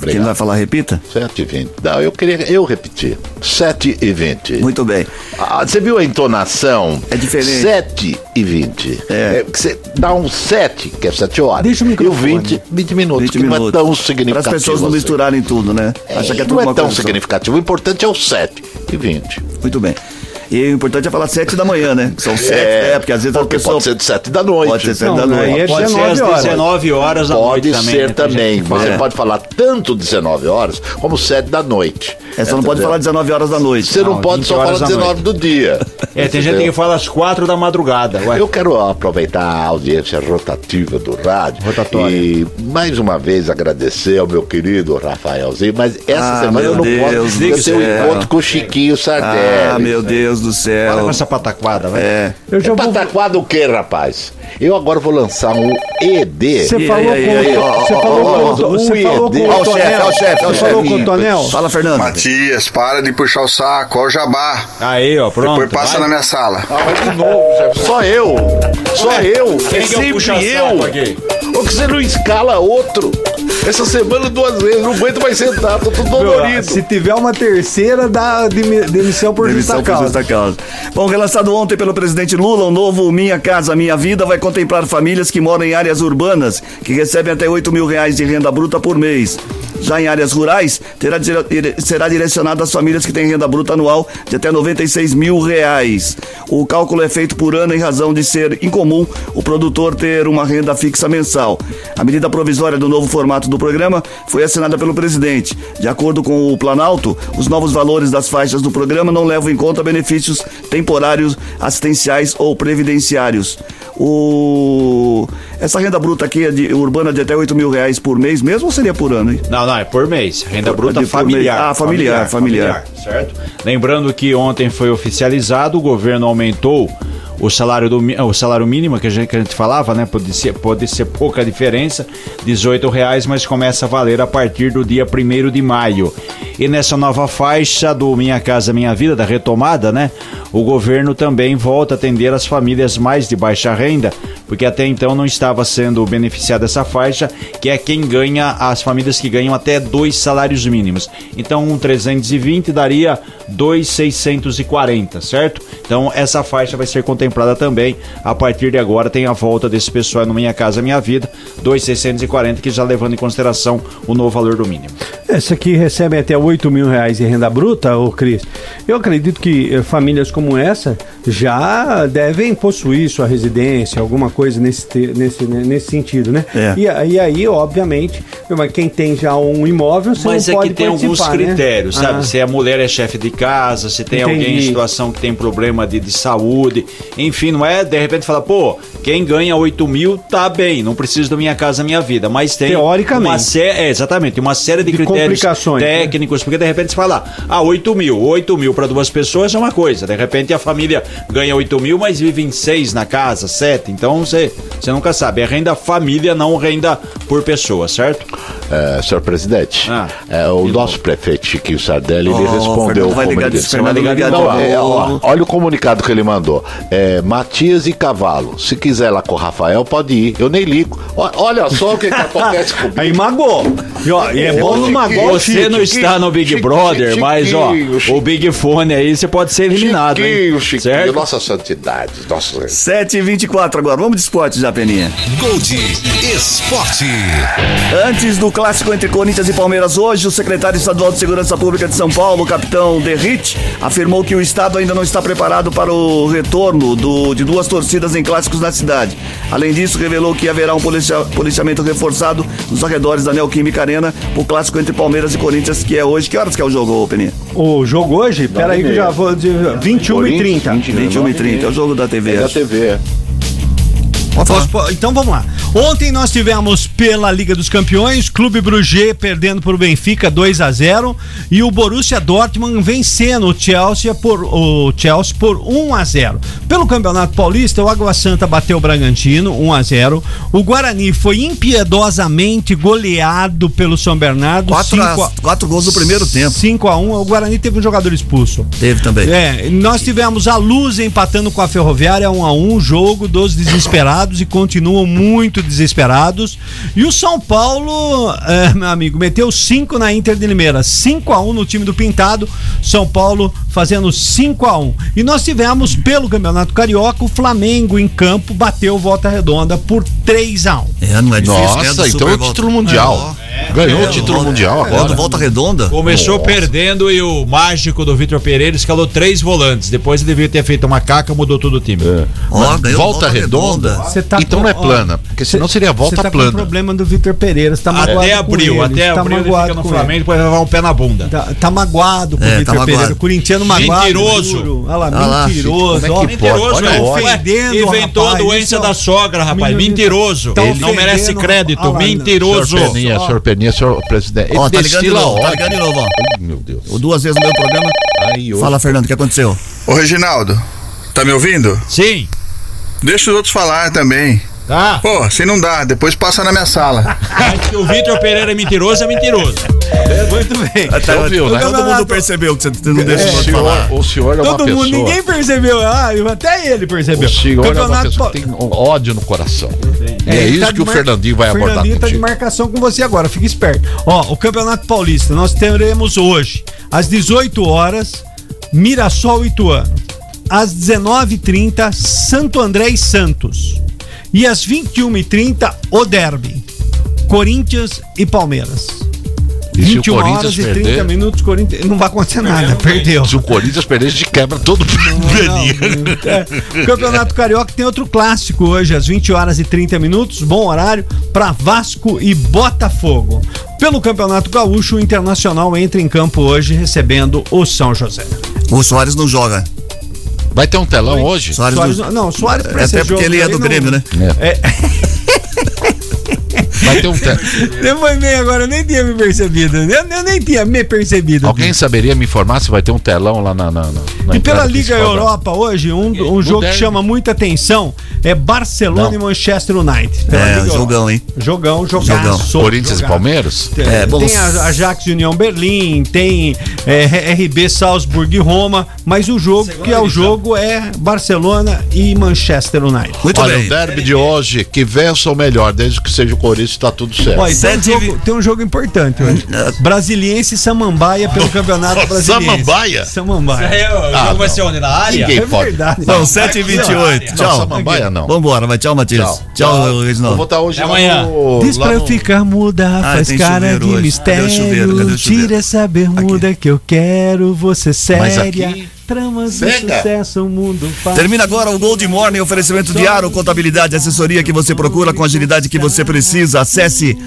S1: Quem não vai falar, repita?
S3: 720. Não, eu queria. Eu repetir. 720.
S1: Muito bem.
S3: Ah, você viu a entonação?
S1: É diferente.
S3: 7 e 20.
S1: É.
S3: que Você dá um 7, que é 7 horas.
S2: Deixa o
S3: e o
S2: microfone.
S3: 20, 20 minutos,
S1: 20
S3: que não é
S1: minutos.
S3: tão
S1: Para
S3: significativo.
S1: as pessoas não
S3: assim.
S1: misturarem tudo, né? Acha que é tudo
S3: não é
S1: uma
S3: tão
S1: coisa só.
S3: significativo. O importante é o 7 e 20.
S1: Muito bem. E o importante é falar 7 da manhã, né? São 7, é, porque às vezes a pessoa.
S3: Pode ser de 7 da noite.
S1: Pode ser sete
S2: Não,
S1: da
S2: aí
S1: noite.
S2: é
S4: Pode ser
S2: 19
S4: às
S2: horas.
S4: 19 horas da
S3: Pode
S4: noite também.
S3: ser
S4: né? Tem gente
S3: também.
S4: que
S3: Você
S4: fala.
S3: pode falar tanto 19 horas como 7 da noite.
S1: É, só não pode
S3: Entendeu?
S1: falar 19 horas da noite. Ah,
S3: Você não,
S4: Não,
S3: pode
S4: 20
S3: só falar
S4: horas da
S3: 19 do dia.
S4: É, tem gente que
S3: Entendeu?
S4: fala às 4 da madrugada. Ué.
S3: Eu quero aproveitar a audiência rotativa do rádio
S4: Rotatória.
S3: e mais uma vez agradecer ao meu querido Rafaelzinho, mas essa
S1: Ah,
S3: semana eu
S1: meu
S3: não
S1: Deus
S3: posso.
S1: do
S3: Eu tenho um
S1: céu.
S3: encontro com o Chiquinho Sardelli.
S1: Ah, meu Deus do
S4: Fala com
S1: céu.
S4: essa pataquada, vai.
S1: É.
S2: Eu
S3: É
S2: já vou...
S3: pataquada o quê, rapaz? Eu agora vou lançar um ED.
S2: Você
S1: E
S2: falou
S1: aí,
S2: com
S1: aí, aí, ó,
S2: o- você
S1: ó,
S2: falou
S1: ó,
S2: com
S1: ó,
S2: o to-
S3: ó,
S2: você falou com
S3: ó, ó,
S2: o
S3: ó,
S2: Tonel.
S3: ó, chefe, ó,
S2: Você
S3: chefe.
S2: falou com o Tonel?
S1: Fala, Fernando.
S11: Matias, para de puxar o saco, ó o jabá.
S4: Aí, ó, pronto.
S11: Depois passa
S4: vai.
S11: na minha sala.
S3: Ah, mas de novo, Zé, só eu. Só eu.
S4: Quem que é o puxa-saco aqui?
S3: Ou que você não escala outro. Essa semana duas vezes, não aguento mais sentar, tô todo dolorido.
S1: assim-
S2: Se tiver uma terceira, dá demi- demissão por justa
S1: Demissão por
S2: causa.
S1: justa causa. Bom, relançado ontem pelo presidente Lula, o novo Minha Casa Minha Vida vai contemplar famílias que moram em áreas urbanas, que recebem até 8 mil reais de renda bruta por mês. Já em áreas rurais, terá dire- dire- será direcionado às famílias que têm renda bruta anual de até 96 mil reais. O cálculo é feito por ano em razão de ser incomum o produtor ter uma renda fixa mensal. A medida provisória do novo formato do programa foi assinada pelo presidente. De acordo com o Planalto, os novos valores das faixas do programa não levam em conta benefícios temporários, assistenciais ou previdenciários. O... Essa renda bruta aqui é de, urbana de até 8 mil reais por mês mesmo ou seria por ano, hein?
S4: Não, não, é por mês. Renda
S1: Por-
S4: bruta
S1: de- por
S4: familiar.
S1: mês. Ah, familiar, familiar.
S4: Certo? Lembrando que ontem foi oficializado, o governo aumentou o salário, do, mi- o salário mínimo que a gente, que a gente falava, né? Pode ser, pode ser pouca diferença, R$18,00, mas começa a valer a partir do dia 1 de maio. E nessa nova faixa do Minha Casa Minha Vida, da retomada, né? O governo também volta a atender as famílias mais de baixa renda, porque até então não estava sendo beneficiada essa faixa, que é quem ganha, as famílias que ganham até dois salários mínimos. Então, um 320 daria 2,640, certo? Então, essa faixa vai ser contemplada também. A partir de agora, tem a volta desse pessoal no Minha Casa Minha Vida, 2,640, que já levando em consideração o novo valor do mínimo.
S12: Essa aqui recebe até 8 mil reais em renda bruta, ô Cris. Eu acredito que eh, famílias como essa já devem possuir sua residência, alguma coisa nesse, te- nesse, né, nesse sentido, né?
S1: É.
S12: E, a- e aí, obviamente, mas quem tem já um imóvel, você
S4: Mas
S12: não
S4: é
S12: pode
S4: que tem alguns
S12: participar, né?
S4: critérios, sabe?
S12: Ah.
S4: Se a mulher é chefe de casa, se tem alguém em
S12: Entendi.
S4: situação que tem problema de, de saúde, enfim, não é de repente falar, pô, quem ganha 8 mil tá bem, não preciso da minha casa, minha vida. Mas tem
S12: Teoricamente.
S4: uma série, é, exatamente, uma série de,
S12: De
S4: critérios
S12: complicações, né?
S4: técnicos, porque de repente você fala, ah, 8 mil, 8 mil para duas pessoas é uma coisa, de repente a família ganha 8 mil, mas vive em 6 na casa, 7, então você, você nunca sabe, é renda família, não renda por pessoa, certo?
S3: É, senhor presidente,
S4: Ah.
S3: é, o nosso prefeito Chiquinho Sardelli ele
S1: Ó,
S3: respondeu
S1: Fernando vai ligar
S3: comunicado.
S1: desse Fernando
S3: Não,
S1: ligar de
S3: não,
S1: novo.
S3: é, ó, olha o comunicado que ele mandou. É, Matias e Cavalo, se quiser lá com o Rafael, pode ir. Eu nem ligo. Ó, olha só o que, que acontece comigo.
S12: Aí magoou. E, ó, e é bom no magoou.
S4: Você não está no Big
S3: Chiquinho,
S4: Brother,
S3: Chiquinho,
S4: mas ó,
S3: Chiquinho.
S4: o Big Fone aí você pode ser eliminado,
S3: Chiquinho,
S4: hein?
S3: Chiquinho,
S4: certo?
S3: nossa santidade. Nossa...
S1: 7 e 24 agora. Vamos de esporte já, Peninha.
S5: Gold Esporte.
S1: Antes do clássico entre Corinthians e Palmeiras hoje, o secretário estadual de Segurança Pública de São Paulo, o capitão Derrit, afirmou que o estado ainda não está preparado para o retorno do- de duas torcidas em clássicos na cidade. Além disso, revelou que haverá um policia- policiamento reforçado nos arredores da Neoquímica Arena para o clássico entre Palmeiras e Corinthians, que é hoje. Que horas que é o jogo, ô, Peninha?
S12: O jogo hoje, peraí que eu já vou dizer, 21 e 30.
S1: 21h30, é o jogo da TV.
S3: É da
S1: acho.
S3: TV.
S2: Posso- po- então vamos lá. Ontem nós tivemos pela Liga dos Campeões, Clube Brugge perdendo para o Benfica 2 a 0 e o Borussia Dortmund vencendo o Chelsea por o Chelsea por 1 a 0. Pelo Campeonato Paulista, o Água Santa bateu o Bragantino 1 a 0. O Guarani foi impiedosamente goleado pelo São Bernardo
S1: Quatro, a-
S2: cinco a-
S1: quatro gols no primeiro tempo.
S2: 5 a 1 O Guarani teve um jogador expulso.
S1: Teve também.
S2: É, nós tivemos a Luz empatando com a Ferroviária 1 a 1 jogo dos desesperados e continuam muito desesperados. E o São Paulo, é, meu amigo, meteu 5 na Inter de Limeira, 5 a 1 no time do Pintado, São Paulo fazendo 5 a 1. E nós tivemos pelo Campeonato Carioca, o Flamengo em campo bateu Volta Redonda por 3 a 1.
S1: É, não é
S3: Nossa, então é o título mundial. Ganhou o título mundial agora.
S1: Volta redonda.
S4: Começou
S3: Nossa.
S4: perdendo e o mágico do Vitor Pereira escalou três volantes. Depois ele devia ter feito uma caca, mudou todo o time.
S1: Ó, ganhou
S3: volta redonda.
S2: Você tá
S3: então
S2: com-
S3: não é
S2: ó,
S3: plana, porque senão
S2: cê-
S3: seria
S2: cê
S3: volta
S2: tá Com
S3: plana.
S2: problema do Vitor Pereira, você tá magoado
S4: até
S2: com
S4: abril,
S2: ele,
S4: até
S2: tá
S4: abril ele
S2: magoado
S4: fica no
S2: com
S4: Flamengo, depois vai levar um pé na bunda.
S2: Tá, tá magoado com
S1: É,
S2: o Vitor
S1: tá magoado.
S2: Pereira. Corintiano magoado.
S4: Mentiroso.
S2: duro. Olha lá,
S1: Olha lá,
S2: mentiroso.
S3: filho, como é que
S2: ó.
S3: pode?
S4: Mentiroso,
S3: Olha,
S4: é.
S3: olha.
S4: Ofendendo, Inventou
S2: Tá rapaz,
S4: a doença
S2: isso, ó.
S4: da sogra, rapaz.
S2: Menino,
S4: Mentiroso.
S2: tá
S4: Ele não
S2: ofendendo,
S4: merece crédito.
S2: olha lá,
S4: mentiroso.
S3: Senhor Peninha, senhor Peninha, senhor presidente.
S1: Ó,
S3: Ele
S1: tá ligando de
S3: destila
S1: novo, tá
S3: ódio.
S1: ligando de novo, ó.
S3: Ai, Meu Deus.
S1: Ou duas vezes no meu programa.
S3: Aí, ô.
S1: Fala, Fernando, o que aconteceu?
S11: Ô Reginaldo, tá me ouvindo?
S4: Sim.
S11: Deixa os outros falar também.
S4: Tá.
S11: Pô, se não dá, depois passa na minha
S1: Ah,
S11: sala.
S4: Mas que o Vitor Pereira é mentiroso, é mentiroso.
S1: Muito bem.
S3: Você ouviu, né?
S1: Todo mundo percebeu que você não deixa
S3: É,
S1: o
S3: o,
S1: outro falar.
S3: senhor, o senhor é uma
S12: Todo
S3: pessoa.
S12: mundo, ninguém percebeu. Ah, eu- até ele percebeu.
S3: O senhor é uma
S12: Campeonato
S3: pessoa que tem um ódio no coração. E é,
S2: ele
S3: isso
S2: tá
S3: que
S2: de
S3: o
S2: mar-
S3: Fernandinho vai abordar
S2: Fernandinho tá de
S3: contigo.
S2: marcação com você agora, fica esperto. Ó, o Campeonato Paulista, nós teremos hoje, às 18 horas, Mirassol e Ituano. Às 19h30, Santo André e Santos. E às 21h30, o Derby. Corinthians e Palmeiras.
S3: E se o
S2: 21
S3: Corinthians
S2: horas e 30
S3: perder,
S2: minutos, Corinthians. Não vai acontecer nada, perdeu.
S3: se o Corinthians perder, a gente quebra todo mundo.
S2: É, o Campeonato Carioca tem outro clássico hoje, às 20 horas e 30 minutos, bom horário, para Vasco e Botafogo. Pelo Campeonato Gaúcho, o Internacional entra em campo hoje recebendo o São José.
S1: O Soares não joga.
S3: Vai ter um telão hoje?
S1: Soares
S2: Soares,
S1: não...
S2: não, não, Soares pra
S1: É
S2: esse
S1: até porque
S2: jogo
S1: ele é
S2: aí
S1: do
S2: não-
S1: Grêmio, né?
S2: É.
S3: Vai ter um telão.
S2: Depois bem agora, eu nem tinha me percebido. Eu, eu nem tinha me percebido.
S3: Alguém saberia me informar se vai ter um telão lá na, na, na- no
S4: na
S2: E pela
S4: entrada
S2: Liga
S4: principal da-
S2: Europa hoje, um, um jogo que
S4: derby.
S2: chama muita atenção é Barcelona
S1: Não.
S2: e Manchester United. Pela
S1: É,
S2: Liga Europa.
S1: jogão, hein?
S2: Jogão,
S1: Jogão.
S2: jogaço.
S3: Corinthians e
S2: jogaço.
S3: Palmeiras?
S2: Tem-
S1: É, bom,
S2: tem a Ajax e União Berlim, tem é, R- RB Salzburg e Roma, mas o jogo que é o jogo é Barcelona e Manchester United.
S3: Olha, o derby de hoje, que vença o melhor, desde que seja o Corinthians, tá tudo certo.
S2: Ó, e tem, um
S1: Sete e
S2: jogo, tem um jogo importante hoje. Brasiliense e Samambaia pelo Campeonato Brasileiro.
S3: Samambaia?
S2: Samambaia.
S4: É, o jogo
S3: Ah, não.
S4: vai ser onde? Na área?
S3: Ninguém
S2: É
S3: pode.
S2: verdade.
S1: São 7h28.
S3: Não,
S1: Tchau.
S3: Samambaia não.
S1: Vambora, vai. Tchau, Matias. Tchau,
S3: Eu vou
S1: Reginaldo.
S3: estar hoje
S4: É
S3: lá
S4: amanhã.
S3: no-
S2: Diz
S3: lá
S2: pra eu
S3: no-
S2: ficar muda,
S1: Ah,
S2: faz
S1: tem
S2: cara
S1: chuveiro
S2: de
S1: hoje. Cadê o
S2: mistério.
S1: chuveiro? Cadê o chuveiro?
S2: Tira essa bermuda que eu quero você séria.
S3: aqui-
S2: Tramas de
S3: Pega.
S2: sucesso, o mundo faz.
S1: Termina agora o Gold Morning, oferecimento de Aro Contabilidade, assessoria que você procura com a agilidade que você precisa. Acesse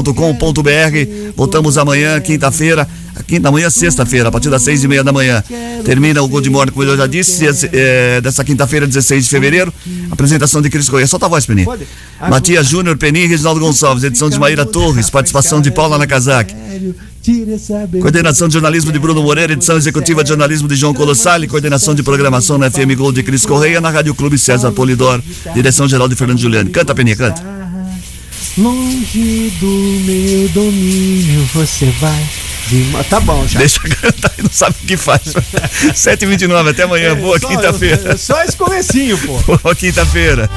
S1: arocontabilidade.com.br. Voltamos amanhã, quinta-feira, quinta amanhã, sexta-feira, a partir das seis e meia da manhã. Termina o Gold Morning, como eu já disse, esse- é, dessa quinta-feira, 16 de fevereiro. Apresentação de Cris Correia. Solta a voz, Peninha. Matias Júnior, Peninha e Reginaldo Gonçalves. Edição de Maíra Torres, participação de Paula Nakazaki. Coordenação de jornalismo de Bruno Moreira, edição executiva de jornalismo de João Colossali, coordenação de programação na FM Gold de Cris Correia, na Rádio Clube César Polidor, direção geral de Fernando Juliano. Canta, Peninha, canta.
S2: Longe do meu domínio você vai. de- Tá bom, já.
S1: Deixa cantar e não sabe o que faz. 7h29, até amanhã. Boa
S2: Só-
S1: quinta-feira.
S2: Só esse comecinho, pô.
S1: Boa quinta-feira.